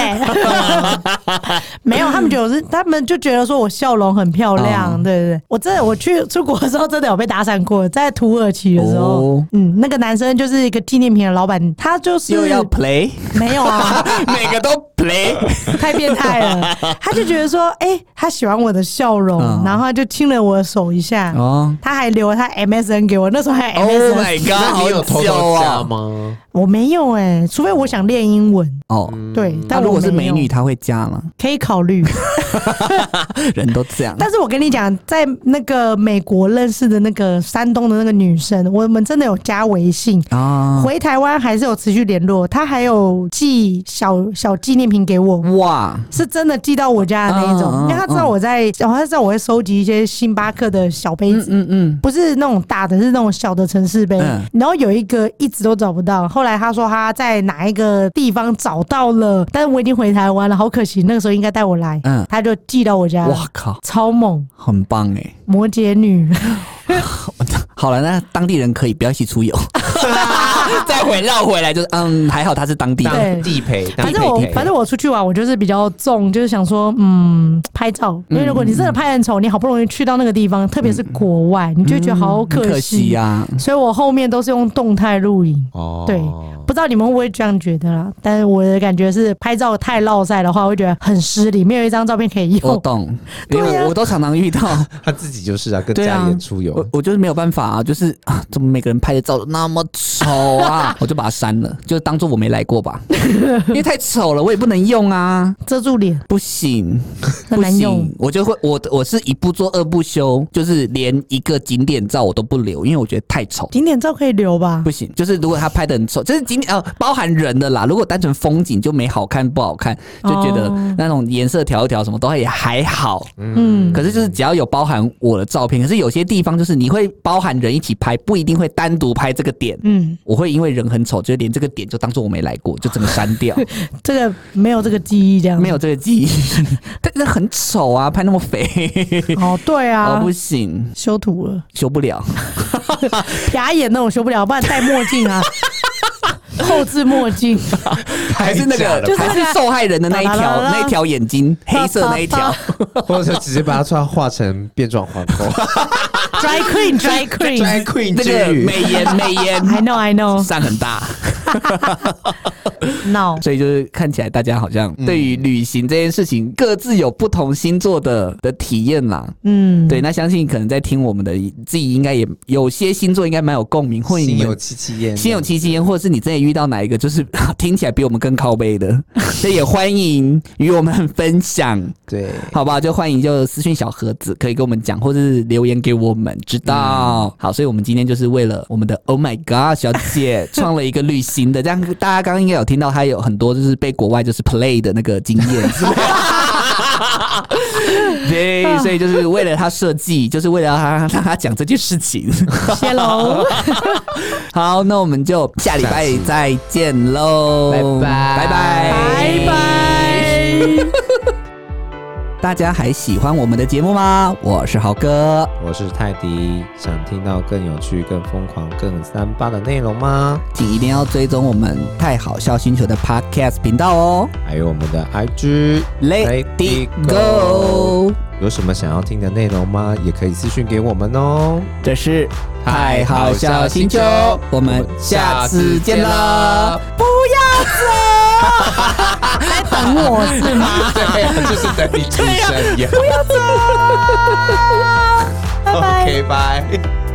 A: 没有，他们觉得我是，他们就觉得说我笑容很漂亮，
B: 嗯
A: 对对对。我真的，我去出国的时候真的有被打散过，在土耳其的时候，
B: 哦
A: 嗯，那个男生就是一个纪念品的老板，他就是
B: 又 要 play，
A: 没有啊，
B: 每个都 play，
A: 太变态 了。他就觉得说，哎、他喜欢我的笑容，
B: 嗯
A: 然后他就亲了我的手一下，
B: 哦
A: 他还留了他 MSN 给我，那时候还有
B: ，Oh
A: MSN，、
B: my god，
C: 那你有偷
B: 好
C: 偷
B: 笑
C: 加
B: 啊？
C: 吗？
A: 我没有哎、除非我想练英文，
B: 哦，
A: 对，
B: 那
A: 但
B: 如
A: 我
B: 果是
A: 嗯没
B: 美
A: 有
B: 女，她会加吗？
A: 可以考虑。
B: 人都这样，
A: 但是我跟你讲，在那个美国认识的那个山东的那个女生，我们真的有加微信。
B: 啊，
A: 回台湾还是有持续联络，她还有寄小小纪念品给我，
B: 哇，
A: 是真的寄到我家的那一种，
B: 嗯嗯
A: 因
B: 嗯
A: 为她知道我在，然后她知道我会收集一些星巴克的小杯子，
B: 嗯嗯，
A: 不是那种大的，是那种小的城市杯。
B: 嗯
A: 然后有一个一直都找不到，后来她说她在哪一个地方找到了，但是我已经回台湾了，好可惜，那个时候应该带我来，
B: 嗯
A: 她就寄到我家，
B: 哇靠，
A: 超猛。
B: 很棒哎！
A: 摩羯女，
B: 好了，那当地人可以不要一起出游， 再回绕回来就是，嗯，还好他是当地人，
C: 当地陪，当
A: 反
C: 地
A: 正我
C: 陪
A: 反正我出去玩，我就是比较重，就是想说，嗯，拍照。因为如果你真的拍得很丑，你好不容易去到那个地方，特别是国外，你就会觉得好
B: 很嗯可惜啊
A: 惜。
B: 呀。
A: 所以我后面都是用动态录影。
C: 哦
A: 对，不知道你们会不会这样觉得啦？但是我的感觉是，拍照太落晒的话，我会觉得很失礼，没有一张照片可以
B: 我
A: 用。
B: 懂，因
A: 对
B: 为
A: 啊
B: 我我都常常遇到，
C: 他自己就是啊，跟
B: 对啊
C: 家演出游
B: 我我就是没有办法啊，就是啊，怎么每个人拍的照都那么丑 啊，我就把它删了，就当做我没来过吧， 因为太丑了，我也不能用啊，
A: 遮住脸
B: 不行，
A: 很
B: 不
A: 难用
B: 行，，我就会我我是一不做二不休，就是连一个景点照我都不留，因为我觉得太丑。
A: 景点照可以留吧
B: 不？行，就是如果他拍的很丑，就是景点呃包含人的啦。如果单纯风景就没好看不好看，就觉得
A: 哦
B: 那种颜色调一调什么都也还好。
A: 嗯，
B: 可是就是只要有包含我的照片，可是有些地方就是你会包含人一起拍，不一定会单独拍这个点。
A: 嗯，
B: 我会因为人很丑，就连这个点就当做我没来过，就整个删掉，
A: 这个没有这个记忆，这样
B: 没有这个记忆。但是很丑啊，拍那么肥，
A: 哦，对
B: 哦
A: 啊
B: 不，行，
A: 修图了，
B: 修不了。
A: 假眼那种修不了，不然戴墨镜啊，后置墨镜，
B: 还是那
C: 太假
B: 个，
C: 了吧
A: 就是那
B: 还
A: 个
B: 是受害人的那一
A: 啦
B: 条，
A: 啦啦啦
B: 那一条眼睛黑色那一条，
C: 或者直接把它穿化成变装皇 后
A: ，dry queen，dry
C: ，drag
A: queen。
C: queen
B: 那
C: 之
B: 个
C: 旅。
B: 美颜美
A: I
B: 颜
A: know, I know.
B: 散很大，
A: No，
B: 所以就是看起来大家好像对于旅行这件事情各自有不同星座的的体验啦。
A: 嗯，
B: 对，那相信可能在听我们的自己应该也有些星座应该蛮有共鸣，或者你
C: 心
B: 们
C: 有戚戚焉，
B: 心有戚戚焉，或者是你真的遇到哪一个就是啊听起来比我们更靠背的， 所以也欢迎与我们分享，
C: 对，
B: 好不好？就欢迎就私讯小盒子，可以跟我们讲，或者是留言给我们知道。好，所以我们今天就是为了我们的 Oh My God 小姐创了一个旅行的，这样大家刚刚应该有听到，她有很多就是被国外就是 play 的那个经验。是吧对，所以就是为了她设计，就是为了她让她讲这件事情。
A: 谢喽，
B: 好，那我们就下礼拜再见喽，
C: 拜拜
B: 拜哦
A: 拜
B: 拜，
A: 拜。
B: 大家还喜欢我们的节目吗？我是豪哥，
C: 我是泰迪，想听到更有趣、更疯狂、更三八的内容吗？
B: 请一定要追踪我们太好笑星球的 Podcast 频道哦。
C: 还有我们的 IG
B: Let it go，
C: 有什么想要听的内容吗？也可以私讯给我们哦。
B: 这是太好笑星球，我们下次见啦！不要走，
A: 等我是吗？
C: 对呀， 就是等 你提升一样。
B: 不要走。
A: 拜拜。
C: OK，拜。